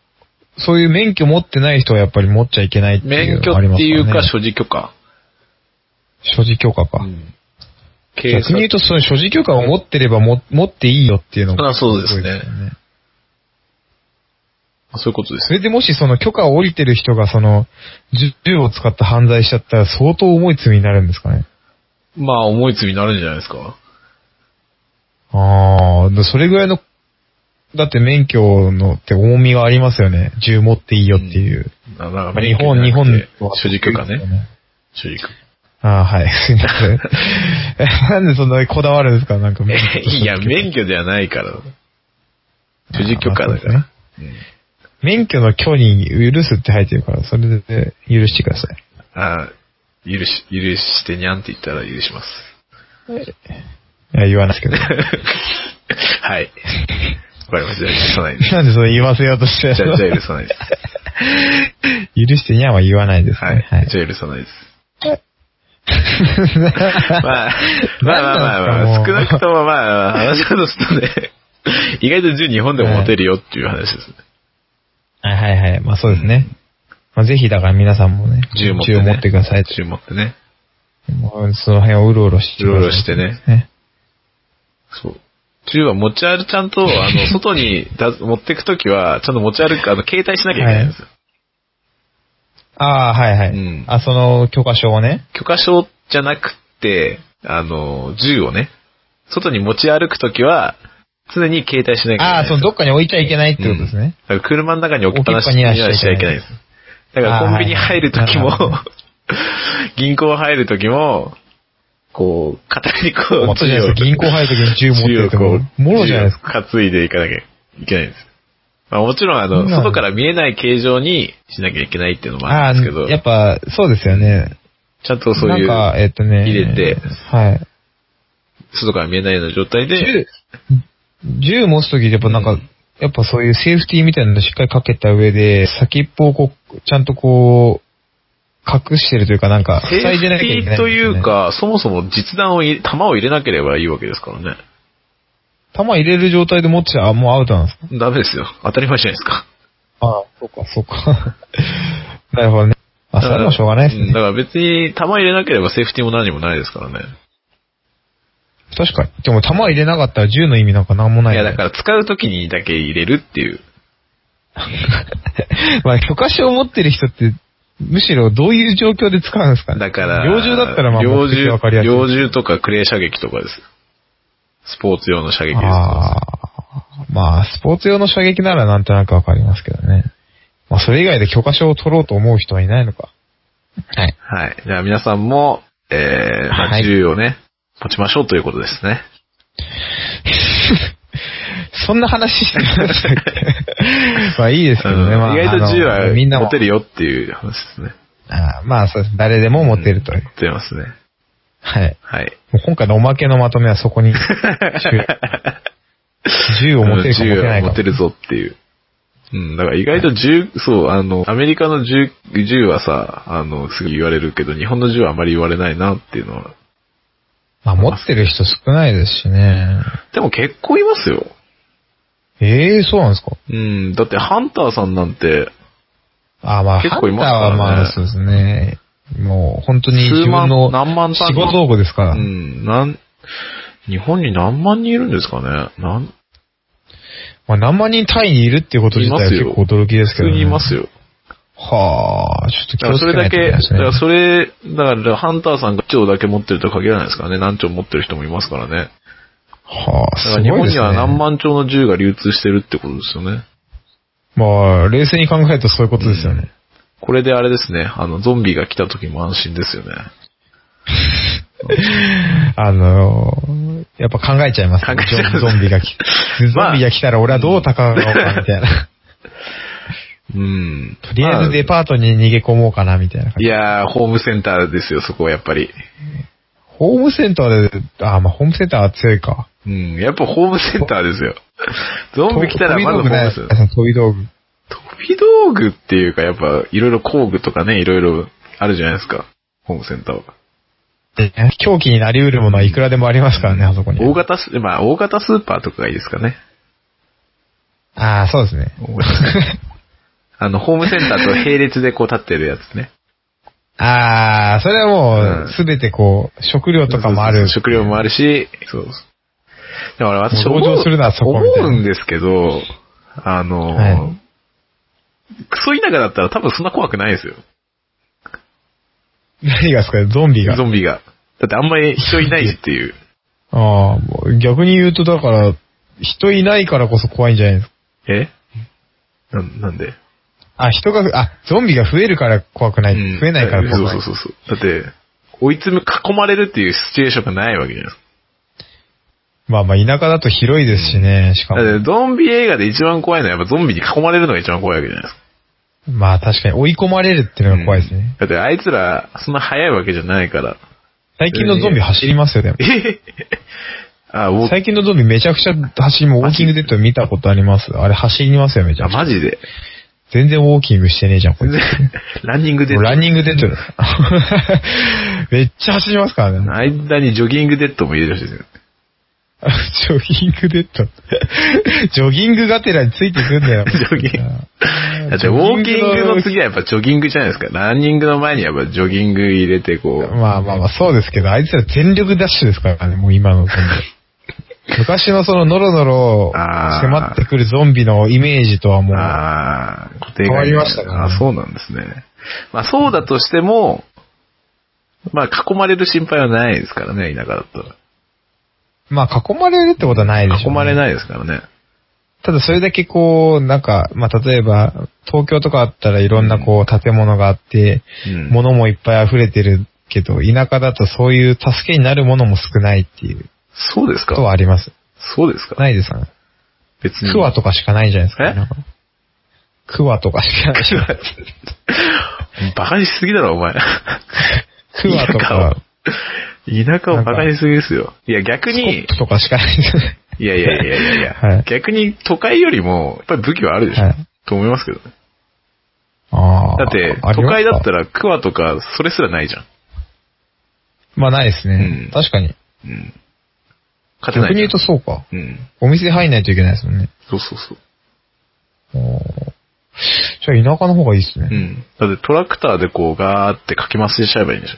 Speaker 2: そういう免許持ってない人はやっぱり持っちゃいけないっていう
Speaker 1: 免
Speaker 2: の
Speaker 1: 許
Speaker 2: があり
Speaker 1: っ
Speaker 2: ま
Speaker 1: て
Speaker 2: すか
Speaker 1: い
Speaker 2: ら、ね。
Speaker 1: うか所持許可。
Speaker 2: 所持許可か。
Speaker 1: うん。警
Speaker 2: 逆に言うと、その所持許可を持ってればも持っていいよっていうのが、
Speaker 1: あそうですね
Speaker 2: ごいよね。
Speaker 1: そういうことです
Speaker 2: そ
Speaker 1: ね。
Speaker 2: れでもしその許可を降りてる人がその銃銃を使った犯罪しちゃったら相当重い罪になるんですかね。
Speaker 1: まあ重い罪になるんじゃないですか。
Speaker 2: ああ、それぐらいの、だって免許のって重みがありますよね。銃持っていいよっていう。
Speaker 1: だから
Speaker 2: まあ日本、日本は
Speaker 1: 所持許可ね。。所持許可。
Speaker 2: ああ、はい。すい
Speaker 1: *laughs*
Speaker 2: ません。えなんでそんなにこだわるんですかなんか免許
Speaker 1: いや、免許ではないから。所持許可だから。
Speaker 2: あ免許の許に許すって入ってるから、それで許してください。
Speaker 1: ああ、許し、許してにゃんって言ったら許します。 *laughs*
Speaker 2: いや、言わないですけど。
Speaker 1: はい。わかりました。じゃあ許さないです。
Speaker 2: なんでそれ言わせようとして
Speaker 1: じゃあ、じゃあ
Speaker 2: る
Speaker 1: 許さないです。
Speaker 2: の許してにゃんは言わないです、ね。
Speaker 1: はい。
Speaker 2: はい。
Speaker 1: じゃあ許さないです。まあ、まあまあまあま
Speaker 2: なんなんで
Speaker 1: あ、
Speaker 2: すかもう
Speaker 1: 少なくともまあ、話をするとね、意外と銃日本でも持てるよっていう話ですね。
Speaker 2: はいはいはい。まあそうですね。まあぜひだから皆さんもね、
Speaker 1: 銃持って、ね。
Speaker 2: 持ってください。
Speaker 1: 銃持ってね。
Speaker 2: もうその辺をうろうろしてくだ
Speaker 1: う
Speaker 2: さい。
Speaker 1: ろうろしてね。そう。銃は持ち歩、ちゃん
Speaker 2: *laughs*
Speaker 1: と、あの、外に出す持ってくときは、ちゃんと持ち歩く、あの、携帯しなきゃいけないんですよ。
Speaker 2: ああ、はいはい。
Speaker 1: うん
Speaker 2: あ、その許可証をね。
Speaker 1: 許可証じゃなくって、あの、銃をね、外に持ち歩くときは、常に携帯しなきゃいけない
Speaker 2: ああ、そのどっかに置いちゃいけないってことですね。
Speaker 1: だから車の中に置きっぱなしにはしちゃいけないです。だからコンビニ入るときも
Speaker 2: あーはいは
Speaker 1: *laughs*
Speaker 2: い、
Speaker 1: 銀行入るときも、こう、片手にこ
Speaker 2: 持っ
Speaker 1: う、
Speaker 2: たじゃないですか。銀行入るときに銃持って
Speaker 1: 銃
Speaker 2: る
Speaker 1: を
Speaker 2: って
Speaker 1: こ
Speaker 2: も
Speaker 1: う、
Speaker 2: もろじゃないですか。
Speaker 1: 銃を担いでいかなきゃいけないんです。まあもちろん、あ
Speaker 2: そ
Speaker 1: の、
Speaker 2: んなの
Speaker 1: 外から見えない形状にしなきゃいけないっていうのも
Speaker 2: あ
Speaker 1: あ
Speaker 2: あ
Speaker 1: るんですけど
Speaker 2: ー、や、っぱ、そうですよね。
Speaker 1: ちゃんとそうい
Speaker 2: なんか、
Speaker 1: う、
Speaker 2: えっとね。
Speaker 1: 入れて
Speaker 2: はい。
Speaker 1: 外から見えないような状態で、
Speaker 2: 銃、銃持つときやっぱなんか、やっぱそういうセーフティーみたいなのしっかりかけた上で、先っぽをこう、ちゃんとこう、隠してるというかなんか、
Speaker 1: セ
Speaker 2: 塞いでなきゃいけ
Speaker 1: ー
Speaker 2: な
Speaker 1: フティー
Speaker 2: い、
Speaker 1: という、か、そもそも実弾を入れ、弾を入れなければいいわけですからね。
Speaker 2: 弾入れる状態で持っちゃ、あ、もうアウトなんですか
Speaker 1: ダメですよ。当たり前じゃないですか。
Speaker 2: ああ、そうか、そうか。 *laughs* なるほどね。あ、それもしょうがないです
Speaker 1: うんだ
Speaker 2: ね。
Speaker 1: から別に弾入れなければセーフティーも何もないですからね。
Speaker 2: 確かに。でも弾入れなかったら銃の意味なんかなんもない
Speaker 1: い
Speaker 2: よ
Speaker 1: や、だ
Speaker 2: ね、
Speaker 1: から使う時にだけ入れるっていう。
Speaker 2: *laughs* まあ、許可証を持ってる人って、むしろどういう状況で使うんですかね。
Speaker 1: だから、
Speaker 2: 猟銃だったらまあ、
Speaker 1: 猟
Speaker 2: 目的
Speaker 1: 銃
Speaker 2: はわかりやすい。
Speaker 1: 猟銃とかクレー射撃とかです。スポーツ用の射撃です。
Speaker 2: ああ、まあ、スポーツ用の射撃ならなんとなくわかりますけどね。まあ、それ以外で許可証を取ろうと思う人はいないのか。はい。
Speaker 1: はい。じゃあ皆さんも、えー、ま
Speaker 2: は
Speaker 1: あ、
Speaker 2: い
Speaker 1: 銃をね、持ちましょうということですね。
Speaker 2: そんな話してましたっ
Speaker 1: *laughs*
Speaker 2: けまあ、いいですけ
Speaker 1: あ
Speaker 2: ど
Speaker 1: の
Speaker 2: ね。まあ、
Speaker 1: 意外と銃
Speaker 2: あのみんな
Speaker 1: は
Speaker 2: も
Speaker 1: 持てるよっていう話ですね。
Speaker 2: あーまあ、そうです。誰でも持てるという。
Speaker 1: 持てますね。
Speaker 2: はい。
Speaker 1: はい。
Speaker 2: もう今回のおまけのまとめはそこに。
Speaker 1: *laughs*
Speaker 2: 銃を持てるか持
Speaker 1: 銃
Speaker 2: てな
Speaker 1: を
Speaker 2: いか
Speaker 1: 持
Speaker 2: も
Speaker 1: て。るぞっていう。うん、だから意外と銃、そう、あの、アメリカの銃、銃はさ、あの、すぐ言われるけど、日本の銃はあまり言われないなっていうのは。
Speaker 2: まあ、持ってる人少ないですしね。
Speaker 1: でも結構いますよ。
Speaker 2: ええそうなんですか
Speaker 1: うん、だってハンターさんなんて、
Speaker 2: あ、まあ、
Speaker 1: 結
Speaker 2: ハン
Speaker 1: 構い
Speaker 2: ター
Speaker 1: ますからね
Speaker 2: はまあ、そうですね。もう、本当に
Speaker 1: 数
Speaker 2: 自
Speaker 1: 万
Speaker 2: 分の
Speaker 1: 何万単位
Speaker 2: 仕事道具ですから。
Speaker 1: うん、なん、日本に何万人いるんですかねなん、
Speaker 2: まあ、何万人単位にいるっていうこと自体は結構驚きです
Speaker 1: 普
Speaker 2: け
Speaker 1: 通
Speaker 2: ど、ね。
Speaker 1: にいますよ。
Speaker 2: はあ、ちょっ
Speaker 1: だか
Speaker 2: と気
Speaker 1: ら
Speaker 2: をつ
Speaker 1: そ
Speaker 2: け
Speaker 1: れ
Speaker 2: な
Speaker 1: だ
Speaker 2: いと
Speaker 1: け、
Speaker 2: いけない
Speaker 1: だ
Speaker 2: です
Speaker 1: か
Speaker 2: ね
Speaker 1: ら。それ、だからハンターさんが1丁だけ持ってるとは限らないですからね。何丁持ってる人もいますからね。
Speaker 2: はあ、
Speaker 1: だ
Speaker 2: す
Speaker 1: から
Speaker 2: ご
Speaker 1: 日
Speaker 2: いですね。
Speaker 1: 本には何万丁の銃が流通してるってことですよね。
Speaker 2: まあ、冷静に考えるとそういうことですよね。
Speaker 1: これであれですね、あの、ゾンビが来た時も安心ですよね。
Speaker 2: あのー、やっぱ考えちゃいます、
Speaker 1: 考えちゃいます
Speaker 2: ゾンゾンビが来、
Speaker 1: *laughs* まあ
Speaker 2: ゾンビが来たら俺はどう戦おう
Speaker 1: *laughs*
Speaker 2: かみたいな。
Speaker 1: うん。
Speaker 2: とりあえずデパートに逃げ込もうかなみたいな感
Speaker 1: い
Speaker 2: じ。
Speaker 1: やー、ホームセンターですよ、そこはやっぱり。
Speaker 2: ホームセンターで、あ、まあホームセンターは強いか。
Speaker 1: うん、やっぱホームセンター
Speaker 2: *laughs*
Speaker 1: ですよ。ゾンビ来たらまずホームセンター。
Speaker 2: 飛び道具ね。
Speaker 1: 飛び道具っていうか、やっぱ、いろいろ工具とかね、いろいろあるじゃないですか。ホームセンターは。
Speaker 2: 飛び道具。で狂気になり得るものはいくらでもありますからね、あそこに。
Speaker 1: 大型ス、まあ、大型スーパーとかがいいですか
Speaker 2: *laughs*
Speaker 1: ね。
Speaker 2: ああ、そうですね。
Speaker 1: 大型あの、ホームセンターと並列でこう立ってるやつね。
Speaker 2: ああ、それはも
Speaker 1: うん
Speaker 2: う、すべてこう、食料とかもあ
Speaker 1: そう
Speaker 2: る。
Speaker 1: そう食料もあるし、そうそう。でもあれ私
Speaker 2: もう同情するのはそこみたいな
Speaker 1: 思うんですけど、あの、
Speaker 2: はい
Speaker 1: クソ田舎だったら多分そんな怖くないですよ。
Speaker 2: 何がですかね、ゾンビが。
Speaker 1: ゾンビが。だってあんまり人いないっていう。
Speaker 2: ああ、もう逆に言うと、だから、人いないからこそ怖いんじゃないですか。
Speaker 1: えなんなんで
Speaker 2: あ、人が、あ、ゾンビが増えるから怖くない。
Speaker 1: うん
Speaker 2: 増えないから怖くな
Speaker 1: そ
Speaker 2: い。
Speaker 1: うそうそうそう。だって、追い詰め、囲まれるっていうシチュエーションがないわけじゃないですか。
Speaker 2: まあまあ、田舎だと広いですしね、しか
Speaker 1: だ
Speaker 2: も。
Speaker 1: ってゾンビ映画で一番怖いのはやっぱゾンビに囲まれるのが一番怖いわけじゃないですか。
Speaker 2: まあ確かに追い込まれるっていうのが怖いですね。
Speaker 1: だってあいつら、そんな早いわけじゃないから。
Speaker 2: 最近のゾンビ走りますよ、でも。
Speaker 1: え *laughs* あ、僕、
Speaker 2: 最近のゾンビめちゃくちゃ走り、もうウォーキングデッド見たことあります。あれ走りますよ、めちゃ
Speaker 1: あ、
Speaker 2: くちゃ。
Speaker 1: マジ
Speaker 2: *laughs*
Speaker 1: で。
Speaker 2: 全然ウォーキングしてねえじゃん、こいつ。
Speaker 1: ランニングで
Speaker 2: もう。ランニングデ
Speaker 1: *laughs*
Speaker 2: ッドだ。めっちゃ走りますからね。
Speaker 1: 間にジョギングデッドも入れるし、
Speaker 2: ジョギングデッド。ジョギングがてらについてくんだよ。
Speaker 1: ジョギングだってウォーキングの次はやっぱジョギングじゃないですか。ランニングの前にやっぱジョギング入れてこう。
Speaker 2: まあまあまあ、そうですけど、あいつら全力ダッシュですからね、もう今のゾンビ。昔のそのノロノロ
Speaker 1: あー
Speaker 2: 迫ってくるゾンビのイメージとはもう、
Speaker 1: ああ、固定概念
Speaker 2: 変わりましたね
Speaker 1: あそうなんですね。まあそうだとしても、まあ囲まれる心配はないですからね、田舎だったら。
Speaker 2: まあ囲まれるってことはないでしょうね、
Speaker 1: 囲まれないですからね。
Speaker 2: ただそれだけこう、なんか、まあ例えば、東京とかあったらいろんなこう建物があって、
Speaker 1: うん
Speaker 2: 物もいっぱい溢れてるけど、田舎だとそういう助けになるものも少ないっていう
Speaker 1: そうです
Speaker 2: こと
Speaker 1: か
Speaker 2: はあります。
Speaker 1: そうですか
Speaker 2: ないですかね。
Speaker 1: 別に。
Speaker 2: クワとかしかないじゃないですか。
Speaker 1: え
Speaker 2: なんかクワとかしか
Speaker 1: *laughs*
Speaker 2: ない。
Speaker 1: *laughs* バカにしすぎだろ、お前。
Speaker 2: クワとか、
Speaker 1: 田舎をバカにしすぎですよ。いや、逆に
Speaker 2: ス、コップとかしかないじゃない。
Speaker 1: いやいやいやいやい *laughs* や、
Speaker 2: はい
Speaker 1: 逆に都会よりも、やっぱり武器はあるでしょ、
Speaker 2: はい
Speaker 1: と思いますけどね。
Speaker 2: あ
Speaker 1: だって、都会だった。らクワとか、それすらないじゃん。
Speaker 2: まあないです
Speaker 1: う
Speaker 2: ね
Speaker 1: ん。
Speaker 2: 確かに。
Speaker 1: うん。勝てな
Speaker 2: 逆
Speaker 1: い
Speaker 2: に
Speaker 1: じゃ
Speaker 2: 言うんとそうか。
Speaker 1: うん。
Speaker 2: お店入んないといけないですもんね。
Speaker 1: そうそうそう。
Speaker 2: おーじゃあ田舎の方がいいですね。
Speaker 1: うん。だってトラクターでこう、ガーってかき回ししちゃえばいいんでしょ。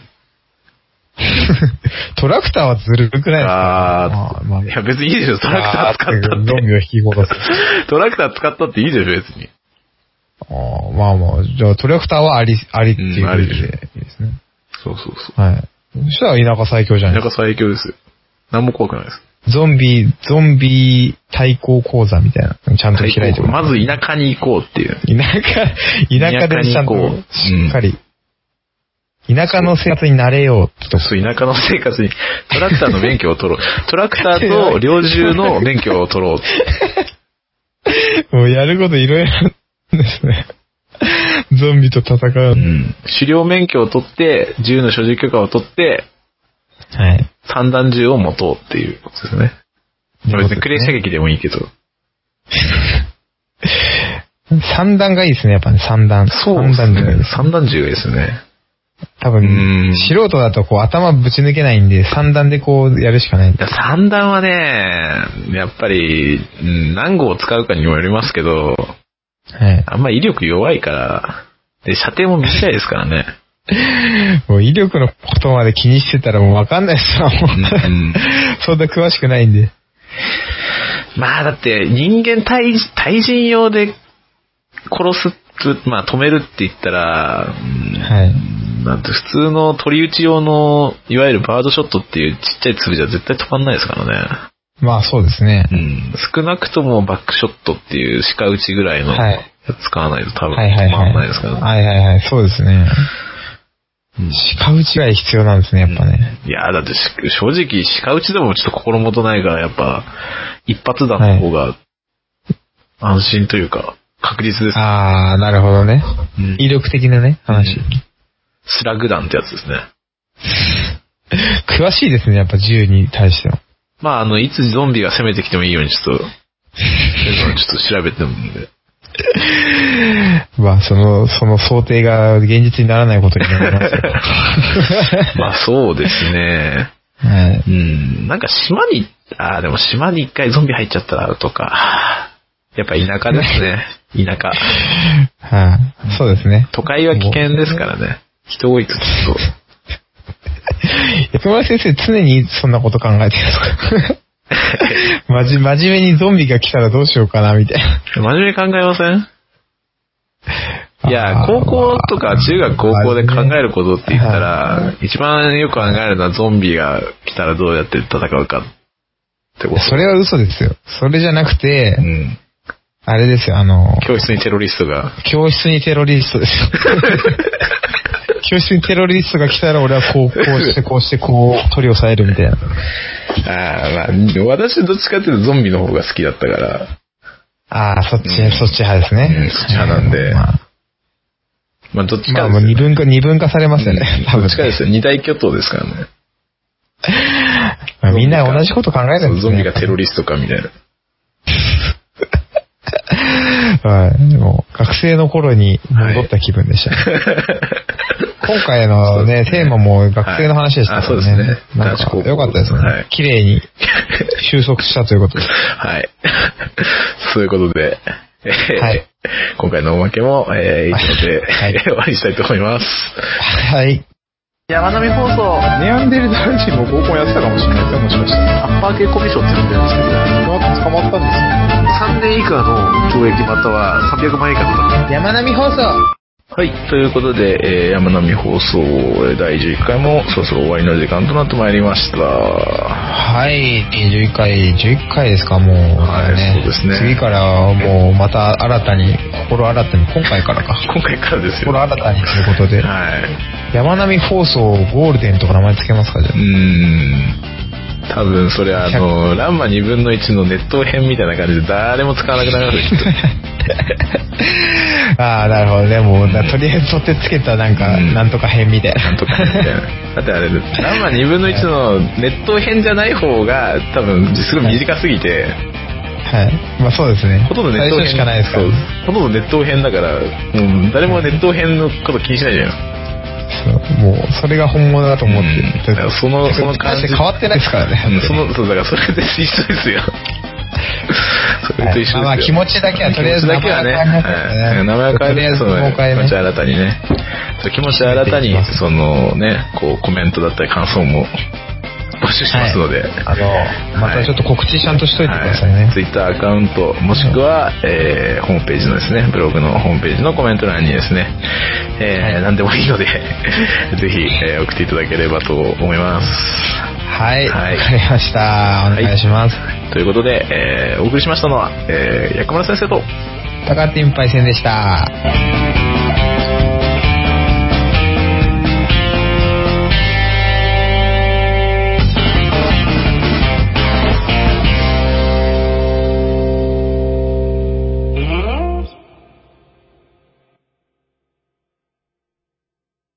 Speaker 2: トラクターはずるくないですか、
Speaker 1: あ
Speaker 2: まあまあ
Speaker 1: ー、いや別にいいでしょ、トラクター使
Speaker 2: あー
Speaker 1: ったっ
Speaker 2: ゾン
Speaker 1: て。 *laughs*
Speaker 2: ビを引き戻す。
Speaker 1: トラクター使ったっていいでしょ、別に。
Speaker 2: ああ、まあまあ、じゃあトレクターはあり、ありっていう
Speaker 1: うんあ
Speaker 2: こと
Speaker 1: り
Speaker 2: で
Speaker 1: でしょ
Speaker 2: いいですね。
Speaker 1: そうそうそう。
Speaker 2: はい。そしたら田舎最強じゃない
Speaker 1: 田
Speaker 2: です
Speaker 1: 舎最強ですよ。何も怖くないです。
Speaker 2: か。ゾンビ、ゾンビ対抗講座みたいな。ちゃんと開いてもらう
Speaker 1: まず田舎に行こうっていう。
Speaker 2: 田舎、田舎でち
Speaker 1: 田舎
Speaker 2: ゃんと
Speaker 1: にこう
Speaker 2: しっかり、田舎の生活になれようと。
Speaker 1: そう、田舎の生活に、トラクターの免許を取ろう。 *laughs* トラクターと猟銃の免許を取ろう。
Speaker 2: もうやることいろいろなんですね。ゾンビと戦
Speaker 1: う
Speaker 2: う。
Speaker 1: ん。狩猟免許を取って、銃の所持許可を取って、
Speaker 2: はい。
Speaker 1: 三段銃を持とうっていうことですね。別にクレー射撃でもいいけど。
Speaker 2: 三段がいいですね、やっぱね、三段。
Speaker 1: そうです
Speaker 2: 三段がいい
Speaker 1: ね
Speaker 2: で。す
Speaker 1: 三段銃がいいですね。
Speaker 2: 多
Speaker 1: う
Speaker 2: 分
Speaker 1: ん、
Speaker 2: 素人だとこう頭ぶち抜けないんで、三段でこうやるしかないん
Speaker 1: い
Speaker 2: で。
Speaker 1: や三段はね、やっぱり、うん何号を使うかにもよりますけど、
Speaker 2: はい。
Speaker 1: あんま威力弱いから、で、射程も短いですからね。
Speaker 2: もう威力のことまで気にしてたらもうわかんないっすわ、
Speaker 1: う。
Speaker 2: もうんそんな詳しくないんで。
Speaker 1: まあだって人間対対人用で殺すつ、まあ止めるって言ったら、うん
Speaker 2: はい。
Speaker 1: なんて普通の取り打ち用の、いわゆるバードショットっていうちっちゃい鶴じゃ絶対止まんないですからね。
Speaker 2: まあそうですね。
Speaker 1: うん。少なくともバックショットっていう鹿打ちぐらいの
Speaker 2: は
Speaker 1: や
Speaker 2: い
Speaker 1: つ使わないと多分
Speaker 2: はいはい
Speaker 1: 止ま
Speaker 2: はい。
Speaker 1: んないですからね。
Speaker 2: はいはいはい、そうですね。
Speaker 1: うん
Speaker 2: 鹿打ちが必要なんですね、やっぱね。
Speaker 1: いやだってし正直鹿打ちでもちょっと心もとないからやっぱ一発弾の方が安心というか確実です。
Speaker 2: ああ、なるほどね。
Speaker 1: うん
Speaker 2: 威力的なね、話。
Speaker 1: スラグ弾ってやつですね。
Speaker 2: 詳しいですね、やっぱ銃に対しては。
Speaker 1: まあ、あの、いつゾンビが攻めてきてもいいように、ち *laughs* ょっと、そういうのをちょっと調べてるんで。
Speaker 2: まあ、その、その想定が現実にならないことにな
Speaker 1: *laughs*
Speaker 2: りますよ。
Speaker 1: まあ、そうですね。
Speaker 2: はい。
Speaker 1: うん。なんか島に、ああ、でも島に一回ゾンビ入っちゃったらアウトか。やっぱ田舎です *laughs* ね。田舎。
Speaker 2: はい、そうですね。
Speaker 1: 都会は危険ですからね。人多いとちょっ
Speaker 2: 山村先生、常にそんなこと考えてるんですか *laughs* まじ、真面目にゾンビが来たらどうしようかな、みたいな。
Speaker 1: と、真面目に考えませんいや、
Speaker 2: あー
Speaker 1: 高校とか中学高校で考えることって言ったら、一番よく考えるのはゾンビが来たらどうやって戦うかってこと。
Speaker 2: それは嘘ですよ。それじゃなくて、
Speaker 1: うん。
Speaker 2: あれですよ、あの、
Speaker 1: 教室にテロリストが。
Speaker 2: 教室にテロリストですよ。 *laughs* 教室にテロリストが来たら俺はこう、こうして、こうして、こう取り押さえるみたいな。
Speaker 1: ああ、まあ、私どっちかっていうとゾンビの方が好きだったから、
Speaker 2: ああ、そっち、
Speaker 1: うん
Speaker 2: そっち派ですね。
Speaker 1: うんそっち派なんで
Speaker 2: まあ、
Speaker 1: まあどっち
Speaker 2: ま
Speaker 1: か
Speaker 2: あ
Speaker 1: です
Speaker 2: も
Speaker 1: よ
Speaker 2: う二分化、二分化されますよね。多
Speaker 1: ど
Speaker 2: 分
Speaker 1: っちかですよ。二大巨頭ですからね。
Speaker 2: まあみんな同じこと考えるんですね。
Speaker 1: ゾンビがテロリストかみたいな。
Speaker 2: はい。もう学生の頃に戻った気分でした。今回のね、テーマも学生の話でしたからね。
Speaker 1: はいあそうですね
Speaker 2: なんか
Speaker 1: 男子高校
Speaker 2: よかったですね。
Speaker 1: はい
Speaker 2: 綺麗に収束したということです。
Speaker 1: はい。 *laughs* そういうことで、えー
Speaker 2: はい
Speaker 1: 今回のおまけも、えー、以上で、
Speaker 2: はい
Speaker 1: *laughs* 終わりにしたいと思います。
Speaker 2: はい。
Speaker 1: 山並放送、
Speaker 2: ネアンデルタル人も合コンやってたかもしれないですよ、もしかしたら。
Speaker 1: アッパー系コミュ障って呼んでるんですけど、
Speaker 2: 捕まったんですよ。
Speaker 1: 3年以下の懲役または300万円以下の
Speaker 2: 山並放送
Speaker 1: はい、ということで、えー山並放送えー第11回もそろそろ終わりの時間となってまいりました。は
Speaker 2: はい、11回、11回ですか、もう、
Speaker 1: はいそうですね
Speaker 2: 次からもうまた新たに、心新たに、今回か
Speaker 1: *laughs*
Speaker 2: らか
Speaker 1: い。今回からですよ。
Speaker 2: 心新たにということで、
Speaker 1: はい。
Speaker 2: 山並放送ゴールデンとか名前つけますか、じゃ
Speaker 1: うーん。多分それあの、ランマ2分の1のネット編みたいな感じで誰も使わなくなりますよきっ
Speaker 2: あ。 *laughs* ああ、なるほどね、もう、だとりあえず取ってつけたなんか、
Speaker 1: うん
Speaker 2: なんとか編みたい
Speaker 1: と。なん
Speaker 2: な。
Speaker 1: とかみたいな。だってあれ、ランマ2分の1のネット編じゃない方が多分すごい短すぎて、
Speaker 2: *laughs* はい。まあそうですね。
Speaker 1: ほとんどネッ
Speaker 2: 最
Speaker 1: ト
Speaker 2: 初
Speaker 1: 編。
Speaker 2: しかないですか
Speaker 1: そ
Speaker 2: ら
Speaker 1: う。ほとんどネット編だから、もう誰もネット編のこと気にしないじゃん。
Speaker 2: そうもう、それが本物だと思って
Speaker 1: うんだからそのその感じ
Speaker 2: 変わってないですからね。
Speaker 1: うんその、そう、だからそれで一緒ですよ。それと一緒ですよ。
Speaker 2: まあまあ気持ちだけはとりあえず
Speaker 1: 気持ちだけはね、
Speaker 2: 名前は変えないからね
Speaker 1: はい名前は変え
Speaker 2: とりあえず
Speaker 1: その
Speaker 2: もう変えない
Speaker 1: 気持ち新たにね。気持ち新たに、そのね、こう、コメントだったり感想も募集してますので。
Speaker 2: あの、またちょっと告知ちゃんとしといてくださいね。
Speaker 1: ツイッターアカウント、もしくは、えー、ホームページのですね、ブログのホームページのコメント欄にですね、えー、何でもいいので、ぜ *laughs* ひ、えー送っていただければと思います。
Speaker 2: はい。わ、
Speaker 1: はい
Speaker 2: かりました。お願いします。
Speaker 1: ということで、えーお送りしましたのは、えー、薬丸先生と、
Speaker 2: 高田ティンパイセンでした。